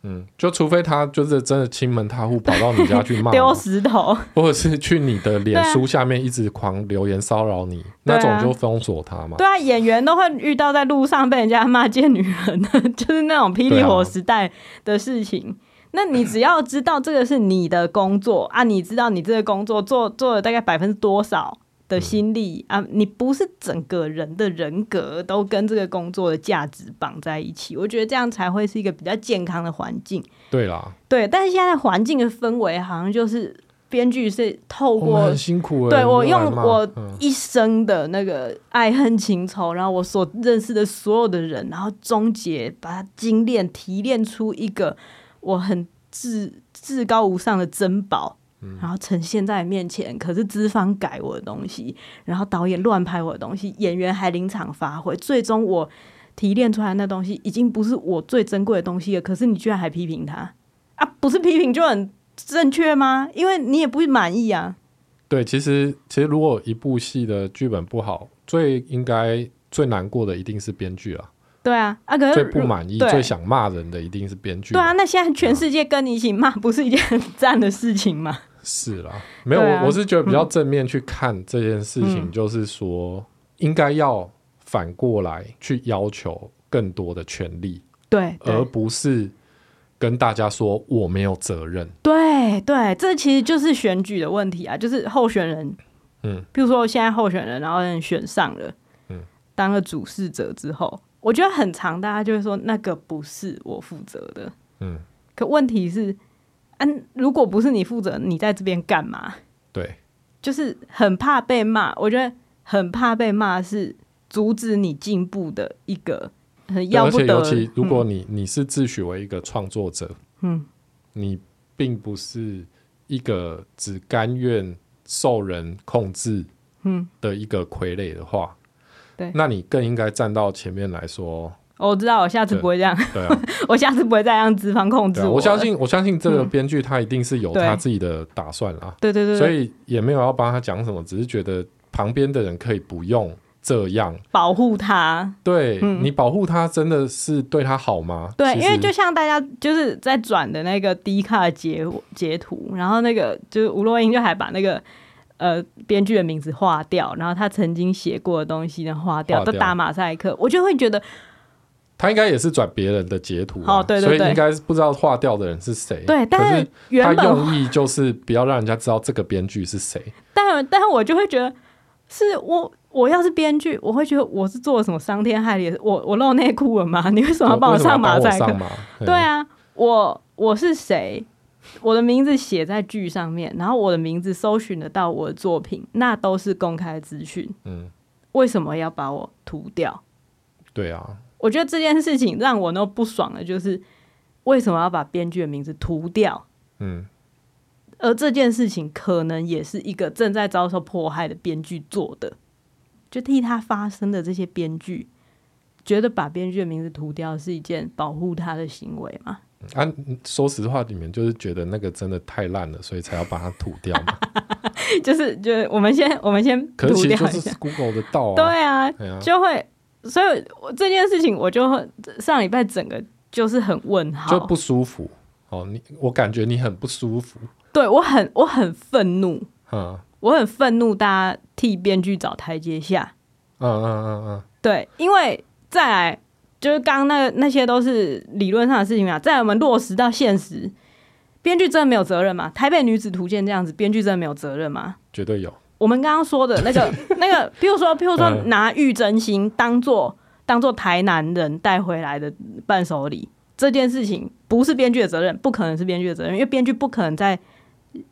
嗯，就除非他就是真的亲门踏户跑到你家去骂丢你，石 头，或者是去你的脸书下面一直狂留言骚扰你，对啊那种就封锁他嘛。对啊，演员都会遇到在路上被人家骂贱女人的， 就是那种霹雳火时代的事情。那你只要知道这个是你的工作啊，你知道你这个工作做做了大概百分之多少的心力、啊，你不是整个人的人格都跟这个工作的价值绑在一起，我觉得这样才会是一个比较健康的环境。对啦，对，但是现在环境的氛围好像就是编剧是透我们过很辛苦欸。对我你又来用骂我嗯一生的那个爱恨情仇，然后我所认识的所有的人，然后终结，把它精炼提炼出一个我很至至高无上的珍宝，嗯然后呈现在你面前。可是资方改我的东西，然后导演乱拍我的东西，演员还临场发挥，最终我提炼出来的那东西已经不是我最珍贵的东西了。可是你居然还批评他啊？不是批评就很正确吗？因为你也不满意啊。对，其实其实如果一部戏的剧本不好，最应该最难过的一定是编剧啊，对啊，啊，可是最如不满意、对最想骂人的嗯一定是编剧。对啊，，那现在全世界跟你一起骂，不是一件很赞的事情吗？是啦，没有，对啊我我是觉得比较正面去看这件事情，嗯就是说、应该要反过来去要求更多的权利，对，而对，不是跟大家说我没有责任。对，对，这其实就是选举的问题啊，就是候选人，嗯，比如说现在候选人，然后人选上了，嗯，当了主事者之后，我觉得很长，大家就会说那个不是我负责的，嗯，可问题是，嗯、如果不是你负责，你在这边干嘛？对，就是很怕被骂，我觉得很怕被骂是阻止你进步的一个很对要而不且得。尤其如果你、你是自诩为一个创作者，嗯，你并不是一个只甘愿受人控制，嗯，的一个傀儡的话，对那你更应该站到前面 来说，哦我知道，我下次不会这样，对啊，我下次不会再让资方控制对啊，我我了相，信，我相信这个编剧他一定是有对他自己的打算啦，对对对，对所以也没有要帮他讲什么，只是觉得旁边的人可以不用这样。保护他。对、嗯你保护他，真的是对他好吗？对，其因实为就像大家就是在转的那个低卡截截图，然后那个就是吴若英就还把那个呃编剧的名字划掉，然后他曾经写过的东西呢划掉，划掉都打马赛克，我就会觉得他应该也是转别人的截图啊、哦对对对所以应该是不知道划掉的人是谁。对，可但是是原他本用意就是不要让人家知道这个编剧是谁。 但但我就会觉得，是我我要是编剧，我会觉得我是做了什么伤天害理的事，我我露内裤了吗？ 你为什么要帮为我什么要上马帮我赛克 上？马？对啊，我我是谁？我的名字写在剧上面，然后我的名字搜寻得到我的作品，那都是公开资讯，嗯，嗯，为什么要把我涂掉？对啊，我觉得这件事情让我那么不爽的就是，为什么要把编剧的名字涂掉？嗯，而这件事情可能也是一个正在遭受迫害的编剧做的，就替他发声的这些编剧，觉得把编剧的名字涂掉是一件保护他的行为吗？ 啊，说实话，你们就是觉得那个真的太烂了，所以才要把它吐掉 嘛。就是就是，我们先我们先可是涂其实掉就一下是，Google 的道啊。对啊，对啊，就会，所以我这件事情我就会上礼拜整个就是很问号，就不舒服。哦，你我感觉你很不舒服。对我很我很愤怒，嗯我很愤怒，大家替编剧找台阶下，嗯嗯嗯嗯，对，因为再来就是刚刚那那些都是理论上的事情嘛，在我们落实到现实，编剧真的没有责任吗？台北女子图鉴这样子，编剧真的没有责任吗？绝对有。我们刚刚说的那个那个，譬如说譬如说嗯拿玉真心当做当做台南人带回来的伴手礼这件事情，不是编剧的责任，不可能是编剧的责任，因为编剧不可能在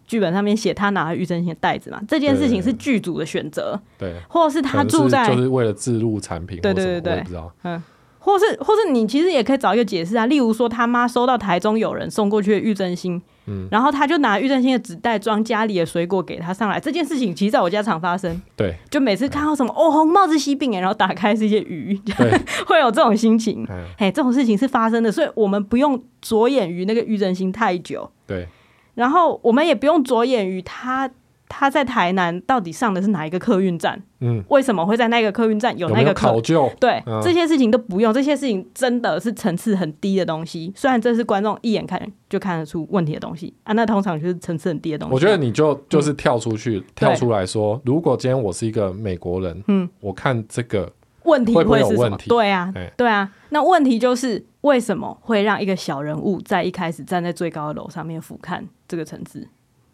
剧本上面写他拿了玉真心的袋子嘛。这件事情是剧组的选择，对，或者是他可能是住在就是为了自入产品或对什对么，对我也对不知道。或是或是你其实也可以找一个解释啊，例如说他妈收到台中有人送过去的玉珍心，嗯然后他就拿玉珍心的纸袋装家里的水果给他上来，这件事情其实在我家常发生，对就每次看到什么哦红帽子西饼哎，然后打开是一些鱼，对， 会有这种心情。嗯嘿，这种事情是发生的，所以我们不用着眼于那个玉珍心太久，对，然后我们也不用着眼于他他在台南到底上的是哪一个客运站，嗯，为什么会在那个客运站有有那没个有客考究？对，嗯这些事情都不用，这些事情真的是层次很低的东西。虽然这是观众一眼看就看得出问题的东西啊，那通常就是层次很低的东西。我觉得你就嗯就是跳出去，跳出来说，如果今天我是一个美国人，嗯，我看这个，问题会不会有是什问么？题对啊哎，对啊。那问题就是为什么会让一个小人物在一开始站在最高的楼上面俯瞰这个层次？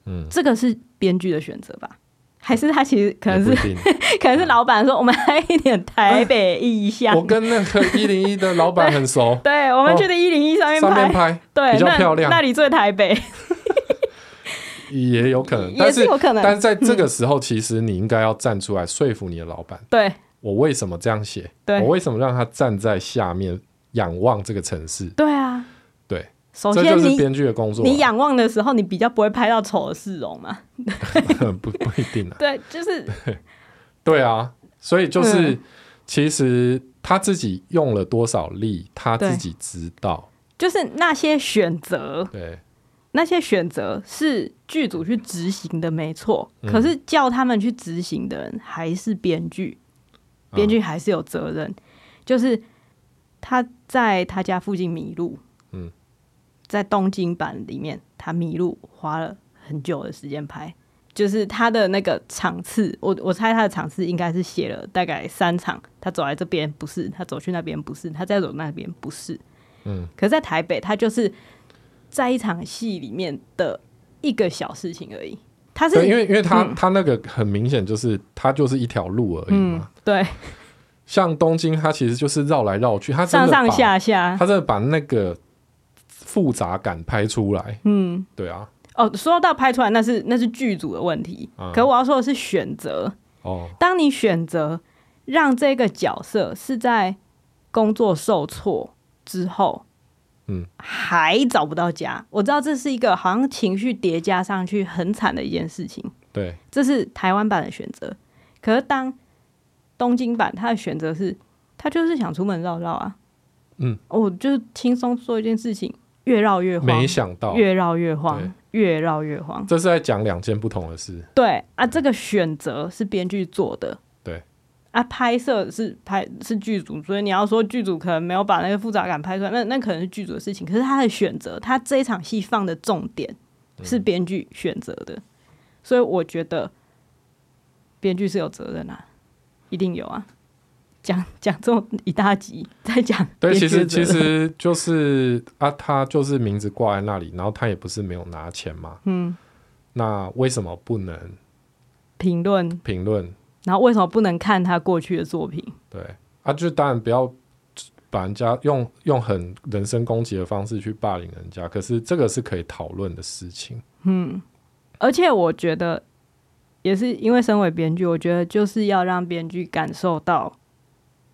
嗯，这个是编剧的选择吧？还是他其实可能也是不一定。 可能是老板说我们来一点台北意象，，我跟那个一零一的老板很熟对，我们去的一零 一上面上拍，面拍对，比较那漂亮那里最台北，也有可 能，也但是有可能嗯但是在这个时候，其实你应该要站出来说服你的老板，对我为什么这样写？对我为什么让他站在下面仰望这个城市？对啊，对，首这先就是你编剧的工作啊、你仰望的时候，你比较不会拍到丑的市容嘛？ 不不一定啊。对，就是对啊，所以就是、嗯其实他自己用了多少力，他对自己知道。就是那些选择，对，那些选择是剧组去执行的，没错。嗯可是叫他们去执行的人还是编剧，嗯编剧还是有责任。就是他在他家附近迷路，嗯，在东京版里面他迷路，花了很久的时间拍。就是他的那个场次，我我猜他的场次应该是写了大概三场，他走来这边不是，他走去那边不是，他再走那边不是，嗯，可是在台北，他就是在一场戏里面的一个小事情而已。他是对，因为因为他、嗯他那个很明显就是他就是一条路而已嗯嘛。，对，像东京，它其实就是绕来绕去，它真上的上把下下，他真的把那个复杂感拍出来。嗯，对啊，哦，说到拍出来，那是那是剧组的问题。嗯可我要说的是选择，哦，当你选择让这个角色是在工作受挫之后，嗯，还找不到家，我知道这是一个好像情绪叠加上去很惨的一件事情。对，这是台湾版的选择。可是当东京版，他的选择是，他就是想出门绕绕啊，嗯，我就是轻松做一件事情，越绕越慌，没想到，越绕越对慌，越绕越慌。这是在讲两件不同的事。对啊，这个选择是编剧做的，对啊，拍摄是拍是剧组，所以你要说剧组可能没有把那个复杂感拍出来，那那可能是剧组的事情。可是他的选择，他这一场戏放的重点是编剧选择的，所以我觉得编剧是有责任啊，一定有啊。讲讲这么一大集，再讲对，别其实抉择其了实就是啊，他就是名字挂在那里，然后他也不是没有拿钱嘛，嗯，那为什么不能评论，评论？然后为什么不能看他过去的作品？对啊，就当然不要把人家用用很人身攻击的方式去霸凌人家，可是这个是可以讨论的事情。而且我觉得，也是因为身为编剧，我觉得就是要让编剧感受到，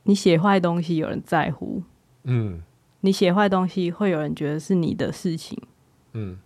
你写坏东西有人在乎，嗯你写坏东西会有人觉得是你的事情， 嗯，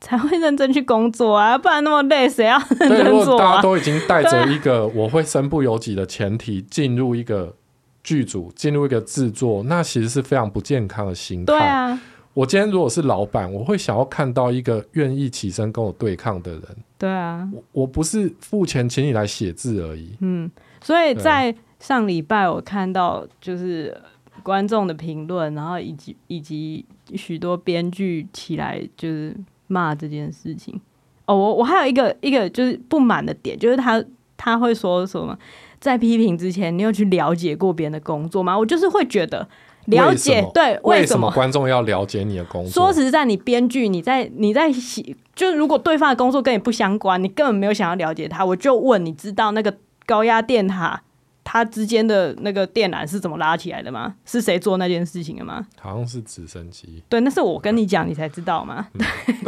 才会认真去工作啊，不然那么累，谁要 认对，如真果做大家啊？都已经带着一个我会身不由己的前提进入一个剧组，进入一个制作，那其实是非常不健康的心态。对啊，我今天如果是老板，我会想要看到一个愿意起身跟我对抗的人。对啊，我我不是付钱请你来写字而已。嗯，所以对在上礼拜我看到就是观众的评论，然后以及以及许多编剧起来就是骂这件事情。哦，我我还有一个一个就是不满的点，就是他他会说什么，在批评之前，你有去了解过别人的工作吗？我就是会觉得了为解什么，对，为什什么么？观众要了解你的工说作？实在，你编剧，你在你在写，就是如果对方的工作跟你不相关，你根本没有想要了解他，我就问你知道那个高压电塔它之间的那个电缆是怎么拉起来的吗？是谁做那件事情的吗？好像是直升机。对，那是我跟你讲，你才知道嘛。对，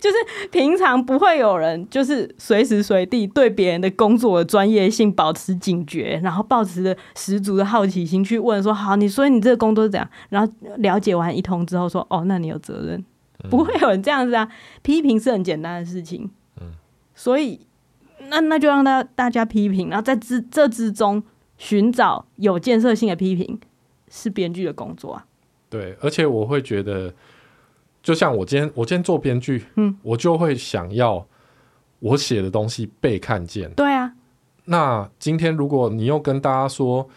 就是平常不会有人就是随时随地对别人的工作的专业性保持警觉，然后保持着十足的好奇心去问说：“好，你所以你这个工作是怎样？”然后了解完一通之后说：“哦，那你有责任。” 不会有人这样子啊！批评是很简单的事情，嗯，所以那那就让大大家批评，然后在之这之中寻找有建设性的批评，是编剧的工作啊。对，而且我会觉得，就像我今天我今天做编剧，嗯，我就会想要我写的东西被看见。对啊，那今天如果你又跟大家说，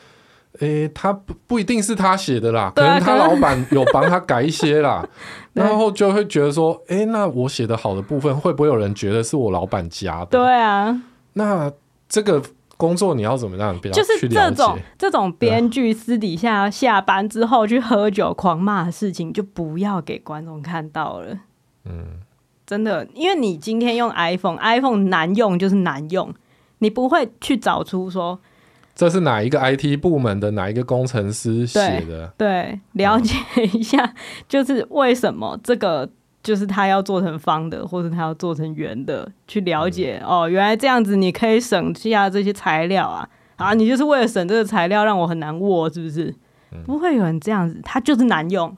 诶、他不不一定是他写的啦，可对啊能他老板有帮他改一些啦， 对然后就会觉得说，诶、那我写的好的部分，会不会有人觉得是我老板加的？对啊，那这个工作你要怎么让别就人去是了这解？种这种编剧私底下下班之后去喝酒狂骂的事情，就不要给观众看到了。嗯，真的，因为你今天用 iPhone，iPhone 难用就是难用，你不会去找出说这是哪一个 IT 部门的哪一个工程师写的？对了解一下， 就是为什么这个。就是他要做成方的，或者他要做成圆的，去了解、嗯哦，原来这样子你可以省下这些材料啊嗯啊！你就是为了省这个材料，让我很难握，是不是？不会有人这样子，它就是难用。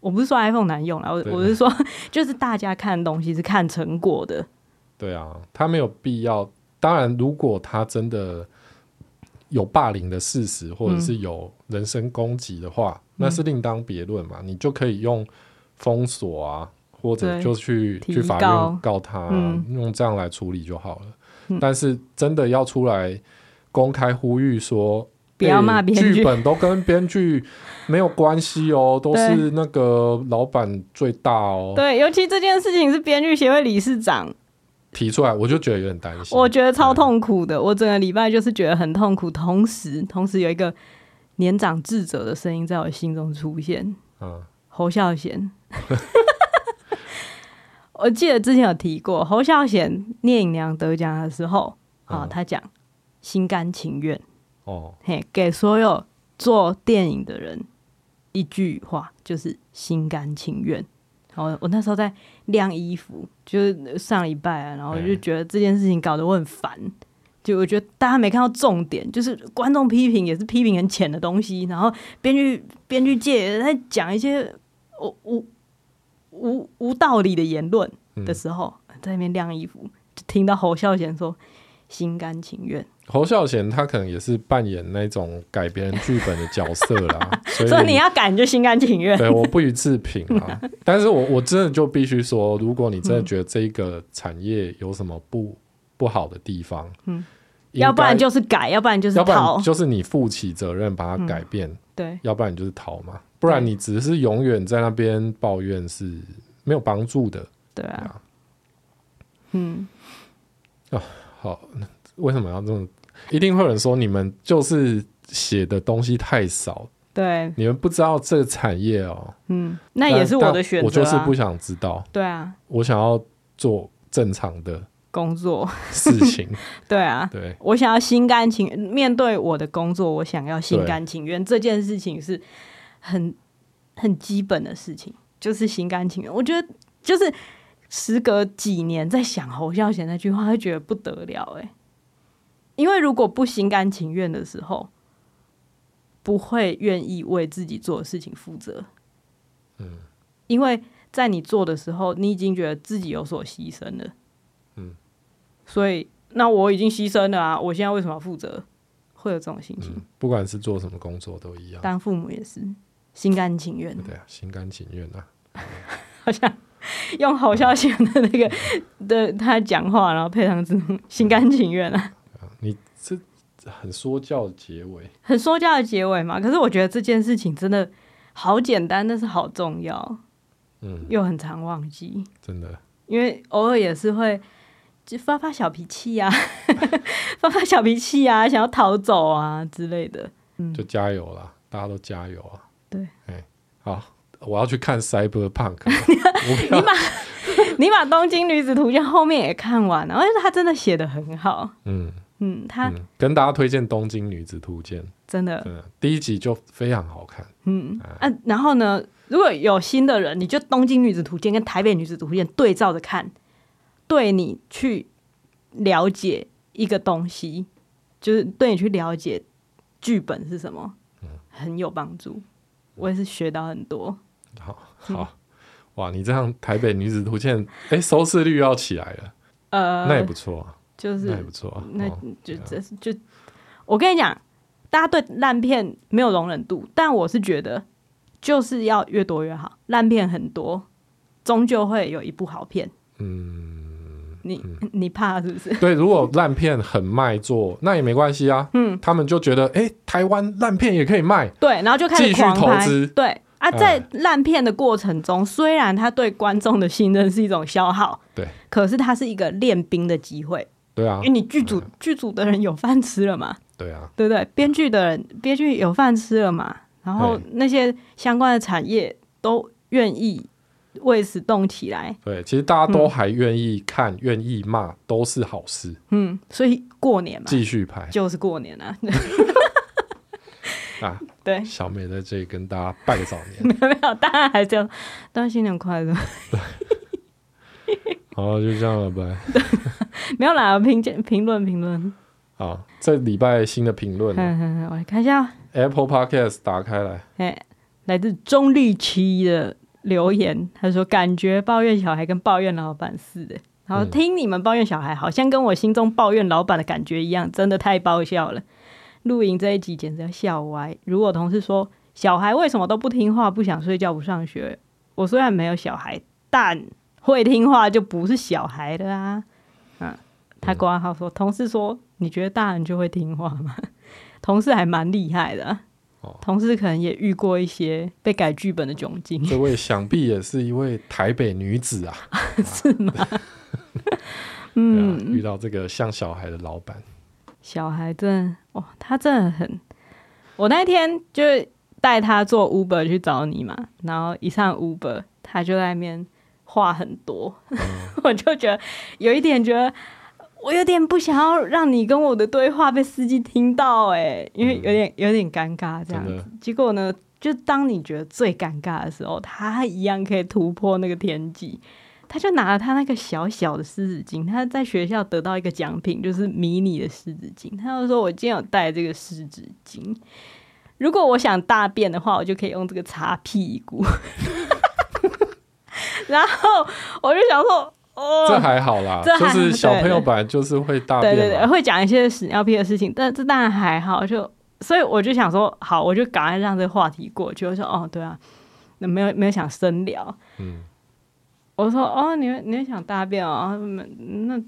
我不是说 iPhone 难用啦，我对我是说， 就是大家看东西是看成果的，对啊，他没有必要。当然，如果他真的有霸凌的事实，或者嗯是有人身攻击的话，那是另当别论嘛。你就可以用封锁啊，或者嗯对就去提去法告院告他啊、嗯用这样来处理就好了。但是真的要出来公开呼吁说，不要欸骂编剧剧。本都跟编剧没有关 系哦，都是那个老板最大哦。对，尤其这件事情是编剧协会理事长提出来我就觉得有点担心。我觉得超痛苦的，我整个礼拜就是觉得很痛苦，同时同时有一个年长智者的声音在我心中出现，嗯，侯孝贤。 我记得之前有提过，侯孝贤聂隐娘得奖的时候，啊、嗯他讲心甘情愿，哦，嘿，给所有做电影的人一句话，就是心甘情愿。然后我那时候在晾衣服，就是上礼拜啊，然后我就嗯觉得这件事情搞得我很烦。就我觉得大家没看到重点，就是观众批评也是批评很浅的东西，然后编剧编剧界也在讲一些无无无无道理的言论嗯的时候，在那边晾衣服，就听到侯孝贤说心甘情愿。侯孝贤他可能也是扮演那种改别人剧本的角色 啦，所以所以你要改你就心甘情愿。对我不予置评 啊。但是我我真的就必须说，如果你真的觉得这一个产业有什么不不好的地方，嗯，要不然就是改，要不然就是要不逃嗯然。就是你负起责任把它改变，对要不然你就是逃嘛，不然你只是永远在那边抱怨是没有帮助的。对啊，好，为什么要这么？一定会有人说你们就是写的东西太少，对，你们不知道这个产业哦。嗯，那也是我的但选择、啊。我就是不想知道，对啊，我想要做正常的工作， 事情。对啊，对，我想要心甘情面对我的工作，我想要心对甘情愿这件事情是很很基本的事情，就是心甘情愿。我觉得就是时隔几年在想侯孝贤那句话，会觉得不得了哎、因为如果不心甘情愿的时候，不会愿意为自己做的事情负责。嗯，因为在你做的时候，你已经觉得自己有所牺牲了。嗯，所以那我已经牺牲了啊，我现在为什么要负责？会有这种心情，嗯，不管是做什么工作都一样。当父母也是心甘情愿，对啊，心甘情愿啊。好像用侯孝贤的那个的他讲话，然后配上这种心甘情愿啊，你这这很说教的结尾， 很说教的结尾嘛。可是我觉得这件事情真的好简单，但是好重要，嗯，又很常忘记，真的，因为偶尔也是会。就发发小脾气啊， 发发小脾气啊，想要逃走啊之类的。就加油啦，大家都加油啊。嗯对，哎，好，我要去看 Cyberpunk，了 我不要，你把《东京女子图鉴》后面也看完了，而且他真的写的很好。嗯嗯，他嗯，跟大家推荐《东京女子图鉴》，真的真的，第一集就非常好看。嗯啊，然后呢，如果有新的人，你就《东京女子图鉴》跟《台北女子图鉴》对照着看，对你去了解一个东西，就是对你去了解剧本是什么，很有帮助。我也是学到很多，好，好，哇，你这样台北女子图鉴，哎，收视率要起来了，呃，那也不错啊，就那也是不错啊。那哦就这是就，我跟你讲，大家对烂片没有容忍度，但我是觉得就是要越多越好，烂片很多，终究会有一部好片。嗯，你 你怕是不是？对，如果烂片很卖座，那也没关系啊。嗯，他们就觉得，哎，台湾烂片也可以卖，对，然后就开继始续狂投拍资，哎对。啊，在烂片的过程中，虽然他对观众的信任是一种消耗，对，可是它是一个练兵的机会，对啊因为，你剧组剧组的人有饭吃了嘛，对啊，对不对？编剧的人，编剧有饭吃了嘛，然后对那些相关的产业都愿意为此动起来，对，其实大家都还愿意看、愿意骂，都是好事，嗯，所以过年嘛，继续拍就是过年啊， 啊。对， 小美在这里跟大家拜个早年，没有，当然还是要，当然新年快乐， 好，就这样了，拜。没有啦，评价评论评论，好，这礼拜新的评论嗯嗯，嗯我来看一下， ，Apple Podcast 打开来，哎，来自中立期的留言，他说感觉抱怨小孩跟抱怨老板似的。然后嗯听你们抱怨小孩，好像跟我心中抱怨老板的感觉一样，真的太爆笑了。露营这一集简直要笑歪。如果同事说小孩为什么都不听话、不想睡觉、不上学，我虽然没有小孩，但会听话就不是小孩的啊。嗯，他挂号说，同事说你觉得大人就会听话吗？ 同事还蛮厉害的啊、哦同事可能也遇过一些被改剧本的窘境，这位想必也是一位台北女子啊， 是 吗？对啊嗯，遇到这个像小孩的老板，小孩真的哇，他真的很。我那天就带他坐 Uber 去找你嘛，然后一上 Uber，他就在那边话很多， 我就觉得有一点觉得。我有点不想要让你跟我的对话被司机听到、哎，因为有点有点尴尬啊这样真子的。结果呢，就当你觉得最尴尬的时候，他一样可以突破那个天际。他就拿了他那个小小的湿纸巾，他在学校得到一个奖品，就是迷你的湿纸巾。他就说：“我今天有带这个湿纸巾，如果我想大便的话，我就可以用这个擦屁股。”然后我就想说：“哦，这还好啦，这还就好是小朋友对对本来就是会大对对便对，嘛，会讲一些屎尿屁的事情，但这当然还好，就所以我就想说，好，我就赶快让这个话题过去。我说，哦，对啊，那没有没有想深聊，嗯，我说，哦，你会你会想大便哦，那那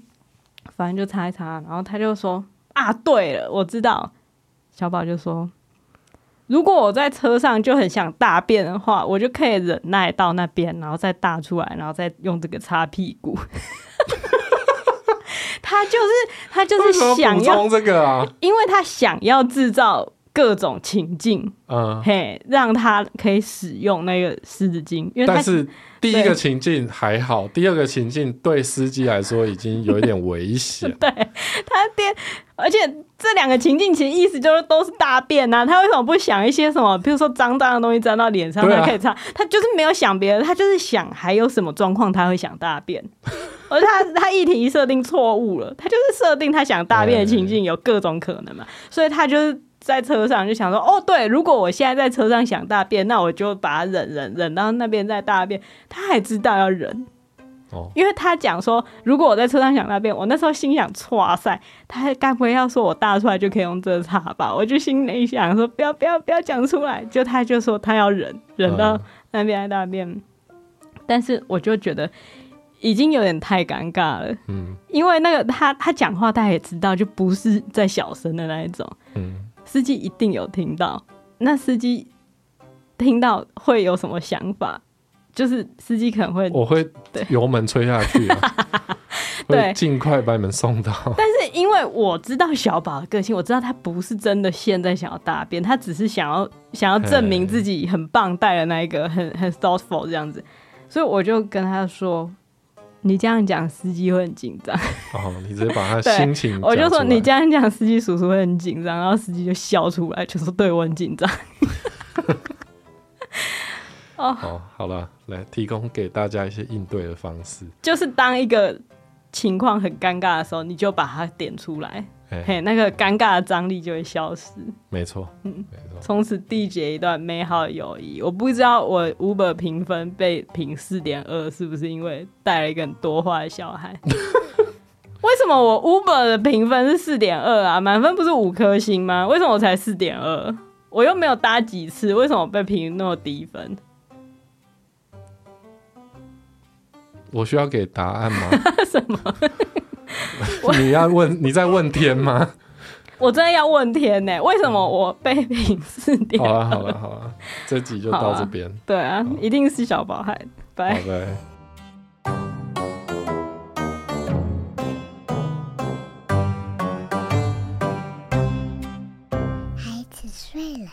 反正就擦一擦。然后他就说，啊，对了，我知道。小宝就说，如果我在车上就很想大便的话，我就可以忍耐到那边，然后再大出来，然后再用这个擦屁股。 他就是他就为什么是想补要充这个啊？ 因为他想要制造各种情境，嗯，嘿，让他可以使用那个湿纸巾，因为他但是第一个情境还好，第二个情境对司机来说已经有一点危 。险对他变，而且这两个情境其实意思就是都是大便呐、他为什么不想一些什么，比如说脏脏的东西沾到脸上，对啊他可以擦？他就是没有想别的，他就是想还有什么状况他会想大 便。而他他议题设定错误了，他就是设定他想大便的情境有各种可能嘛，所以他就是。在车上就想说，哦，对，如果我现在在车上想大便，那我就把它忍忍忍到那边再大便。他还知道要忍，哦，因为他讲说，如果我在车上想大便，我那时候心想，哇塞，他该不会要说我大出来就可以用这擦吧？我就心里想说，不要不要不要讲出来。 就他就说他要忍，忍到嗯那边来大便，但是我就觉得已经有点太尴尬了，嗯因为那个他他讲话大家也知道，就不是在小声的那一种，嗯，司机一定有听到。那司机听到会有什么想法？就是司机可能会我会对油门吹下去、啊， 对会尽快把你们送到。 但是因为我知道小宝的个性，我知道他不是真的现在想要大便，他只是想要想要证明自己很棒，带了那一个 很很 thoughtful 这样子，所以我就跟他说。你这样讲，司机会很紧张。哦，你直接把他对心情我就讲出说来你这样讲，司机叔叔会很紧张。然后司机就笑出来， 就说：“对我很紧张。哦，好了，来提供给大家一些应对的方式。”就是当一个情况很尴尬的时候，你就把它点出来，哎、嘿，那个尴尬的张力就会消失。没错，没错，从此缔结一段美好的友谊。我不知道我 Uber 评分被评四点二是不是因为带了一个很多话的小孩？ 为什么我 Uber 的评分是四点二啊？满分不是五颗星吗？为什么我才四点二？我又没有搭几次，为什么我被评那么低分？我需要给答案吗？什么？ 你要问你在问天吗？我真的要问天呢、为什么我被评四点好啊二？了好了好了，这集就到这边，对啊，一定是小宝害的。拜。拜拜。孩子睡了，